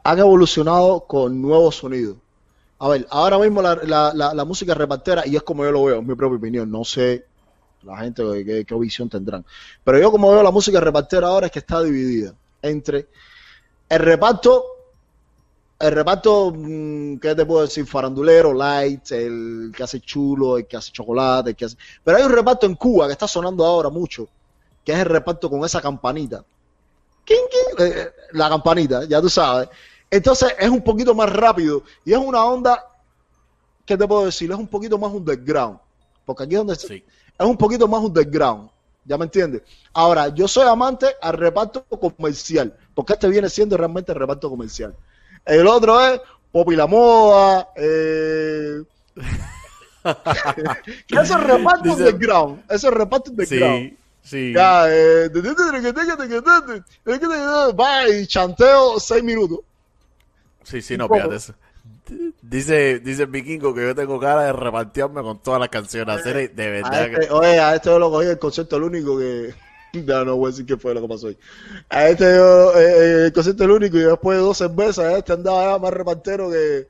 Speaker 2: han evolucionado con nuevos sonidos. A ver, ahora mismo la, la- la- la música repartera, y es como yo lo veo, es mi propia opinión, no sé la gente qué, qué- qué visión tendrán. Pero yo como veo la música repartera ahora es que está dividida entre el reparto, el reparto, mm, ¿qué te puedo decir? Farandulero, light, el que hace chulo, el que hace chocolate, el que hace... Pero hay un reparto en Cuba que está sonando ahora mucho, que es el reparto con esa campanita. ¡Quin, quin! Eh, eh, la campanita, ya tú sabes. Entonces es un poquito más rápido y es una onda, ¿qué te puedo decir? Es un poquito más underground. Porque aquí es donde se-
Speaker 1: Sí.
Speaker 2: es un poquito más underground. ¿Ya me entiendes? Ahora, yo soy amante al reparto comercial, porque este viene siendo realmente el reparto comercial. El otro es Pop y la Moda, eh... que eso es reparto
Speaker 1: Dice-
Speaker 2: underground, eso es reparto underground.
Speaker 1: Sí, sí.
Speaker 2: Ya, eh, va y chanteo seis minutos.
Speaker 1: Sí, sí, no, fíjate eso. Dice, dice el vikingo que yo tengo cara de repartirme con todas las canciones. Hacer- De
Speaker 2: A
Speaker 1: verdad que...
Speaker 2: este, oye, a este yo lo cogí el concierto el único que. No, no voy a decir qué fue lo que pasó hoy. A este yo, eh, eh, el concierto el único y después de dos cervezas, este andaba ya más repartero que.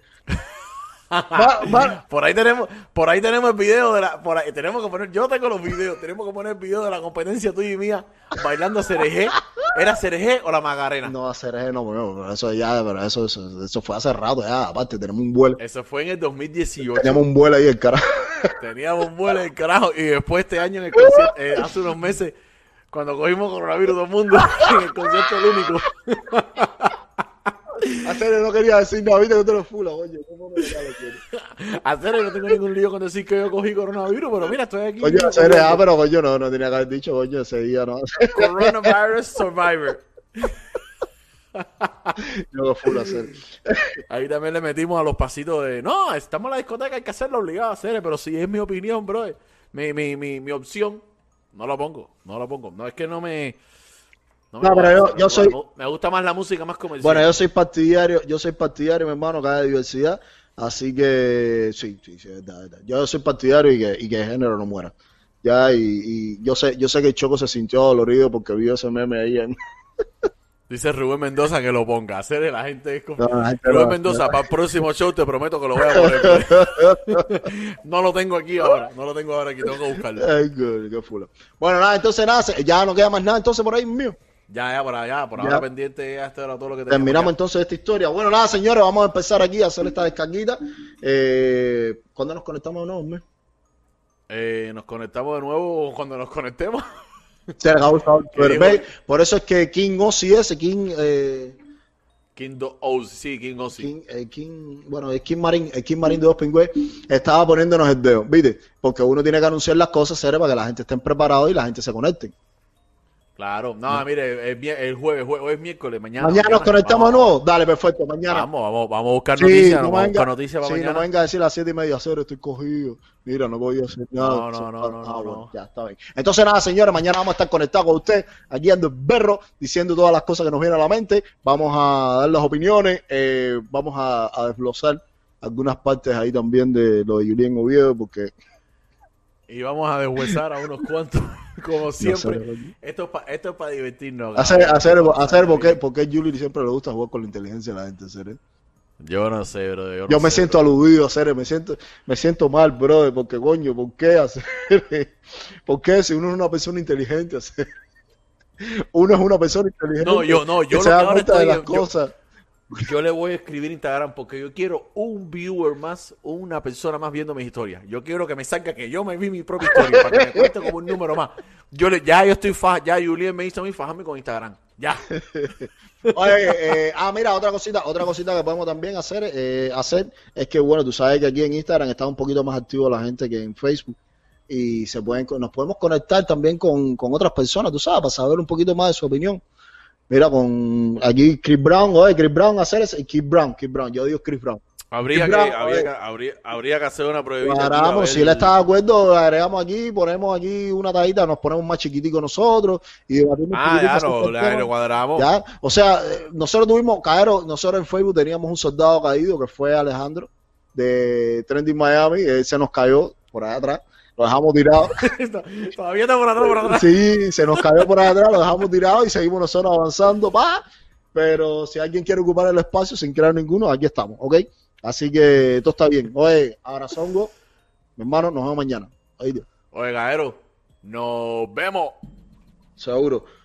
Speaker 2: Va- va-
Speaker 1: Por ahí tenemos, por ahí tenemos el video de la, por ahí tenemos que poner, yo tengo los videos, tenemos que poner el video de la competencia tuya y mía bailando Cereje. ¿Era Cereje o la Magarena?
Speaker 2: No, hacer eso, no, no, pero eso ya, pero eso, eso, eso fue hace rato ya. Aparte, tenemos un vuelo.
Speaker 1: Eso fue en el 2018.
Speaker 2: Teníamos un vuelo ahí, el carajo.
Speaker 1: Teníamos un vuelo del carajo y después este año en el concierto, eh, hace unos meses, cuando cogimos coronavirus todo el mundo en el concierto el único.
Speaker 2: Hacer no quería decir nada, viste que tú eres fula, oye. ¿cómo me regalo, tío?
Speaker 1: Hacer, yo no tengo ningún lío con decir que yo cogí coronavirus, pero mira, estoy aquí.
Speaker 2: Coño, hacer ah, pero coño, no, no tenía que haber dicho, coño, ese día no.
Speaker 1: Coronavirus Survivor.
Speaker 2: Yo que fula hacer.
Speaker 1: Ahí también le metimos a los pasitos de, no, estamos en la discoteca, hay que hacerlo obligado a hacer, pero si es mi opinión, bro, mi, mi, mi, mi opción, no lo pongo, no lo pongo. No es que no me... me
Speaker 2: No, pero
Speaker 1: gusta,
Speaker 2: yo-
Speaker 1: me
Speaker 2: yo
Speaker 1: gusta,
Speaker 2: soy-
Speaker 1: me gu- Me gusta más la música, más comercial.
Speaker 2: Bueno, yo soy partidario, yo soy partidario, mi hermano, que haya diversidad. Así que sí, sí, sí, es verdad, es verdad. Yo soy partidario y que, y que el género no muera. Ya, y, y yo sé, yo sé que el Choco se sintió dolorido porque vio ese meme ahí en-
Speaker 1: Dice Rubén Mendoza que lo ponga. Hacer la gente es como...
Speaker 2: No, la gente
Speaker 1: Rubén
Speaker 2: lo-
Speaker 1: Mendoza, para el próximo show te prometo que lo voy a poner. no lo tengo aquí ahora. No lo tengo ahora aquí. Tengo que buscarlo.
Speaker 2: Ay, qué, qué fula. Bueno, nada, entonces nada, se- ya no queda más nada, entonces por ahí mío.
Speaker 1: Ya, ya, por allá. Por
Speaker 2: Ya.
Speaker 1: ahora pendiente. Ya, esto era todo lo que teníamos.
Speaker 2: Terminamos
Speaker 1: Ya.
Speaker 2: entonces esta historia. Bueno, nada, señores, vamos a empezar aquí a hacer esta descarguita. Eh, ¿Cuándo nos conectamos o no, hombre?
Speaker 1: Eh, nos conectamos de nuevo cuando nos conectemos.
Speaker 2: Se acabó el favor.
Speaker 1: Que digo-
Speaker 2: Ve, Por eso es que King Ozzy ese, King... Eh,
Speaker 1: King Do oh, sí, King Ozzy.
Speaker 2: King, el King- bueno, el King Marín, el King Marín de los Pingües estaba poniéndonos el dedo, ¿viste? Porque uno tiene que anunciar las cosas, seres, para que la gente esté preparada y la gente se conecte.
Speaker 1: Claro. No, mire, es vie- el jueves, jue- hoy es miércoles. Mañana.
Speaker 2: mañana nos conectamos de
Speaker 1: vamos,
Speaker 2: nuevo. Dale, perfecto, mañana.
Speaker 1: Vamos, vamos, vamos a buscar
Speaker 2: Sí,
Speaker 1: noticias.
Speaker 2: no
Speaker 1: vamos a
Speaker 2: venga-
Speaker 1: buscar noticias para
Speaker 2: sí, no
Speaker 1: mañana.
Speaker 2: venga a decir a las 7 y media, cero, estoy cogido. Mira, no voy a hacer nada.
Speaker 1: No, no, no,
Speaker 2: Ah,
Speaker 1: no, no,
Speaker 2: bueno,
Speaker 1: no.
Speaker 2: Ya, está bien. Entonces, nada, señores, mañana vamos a estar conectados con usted, aquí ando el berro, diciendo todas las cosas que nos vienen a la mente. Vamos a dar las opiniones, eh, vamos a, a desglosar algunas partes ahí también de lo de Julián Oviedo, porque
Speaker 1: Y vamos a deshuesar a unos cuantos. Como siempre.
Speaker 2: sé, coño.
Speaker 1: esto, es pa- esto es para divertirnos.
Speaker 2: hacer,
Speaker 1: cabrón.
Speaker 2: hacer, hacer porque,
Speaker 1: Sí.
Speaker 2: porque a Julián siempre le gusta jugar con la inteligencia de la gente, serio.
Speaker 1: Yo no sé, bro. Yo, no
Speaker 2: Yo me
Speaker 1: sé,
Speaker 2: siento
Speaker 1: bro.
Speaker 2: aludido, serio, me siento, me siento mal, brother, porque coño, ¿por qué hacer? ¿Por qué si uno es una persona inteligente hacer? Uno es una persona inteligente.
Speaker 1: No, yo- no, yo
Speaker 2: que
Speaker 1: lo
Speaker 2: se
Speaker 1: que
Speaker 2: da
Speaker 1: ahora
Speaker 2: cuenta de
Speaker 1: estoy-
Speaker 2: las
Speaker 1: yo-
Speaker 2: cosas.
Speaker 1: Yo le voy a escribir Instagram porque yo quiero un viewer más, una persona más viendo mis historias. Yo quiero que me salga que yo me vi mi propia historia para que me cuente como un número más. Yo le, ya yo estoy fa, ya Julián me hizo a mí fajarme con Instagram. Ya.
Speaker 2: Oye, eh, ah, mira, otra cosita, otra cosita que podemos también hacer, eh, hacer es que bueno, tú sabes que aquí en Instagram está un poquito más activo la gente que en Facebook y se pueden, con- nos podemos conectar también con, con otras personas, tú sabes, para saber un poquito más de su opinión. Mira, con aquí Chris Brown, oye, Chris Brown hacer ese, Chris Brown, Chris Brown, yo digo Chris Brown.
Speaker 1: Habría que,
Speaker 2: Bravo,
Speaker 1: habría
Speaker 2: eh.
Speaker 1: que, habría, habría que hacer una
Speaker 2: Lo
Speaker 1: prohibición.
Speaker 2: Agarramos, si él está de acuerdo, lo agregamos aquí, ponemos aquí una tajita, nos ponemos más chiquiticos nosotros y debatimos un
Speaker 1: Ah,
Speaker 2: poquitico
Speaker 1: ya
Speaker 2: acerca
Speaker 1: no,
Speaker 2: del
Speaker 1: ya
Speaker 2: tema.
Speaker 1: lo cuadramos.
Speaker 2: Ya, o sea, eh, nosotros tuvimos, caero, nosotros en Facebook teníamos un soldado caído que fue Alejandro de Trending Miami, él se nos cayó por allá atrás, lo dejamos tirado,
Speaker 1: Todavía está por atrás, por atrás.
Speaker 2: sí, se nos cayó por allá atrás, lo dejamos tirado y seguimos nosotros avanzando, pa, pero si alguien quiere ocupar el espacio sin crear ninguno, aquí estamos, ¿ok? Así que todo está bien. Oye, abrazongo, mi hermano, nos vemos mañana. Oído,
Speaker 1: Oye, Gaero, nos vemos.
Speaker 2: seguro.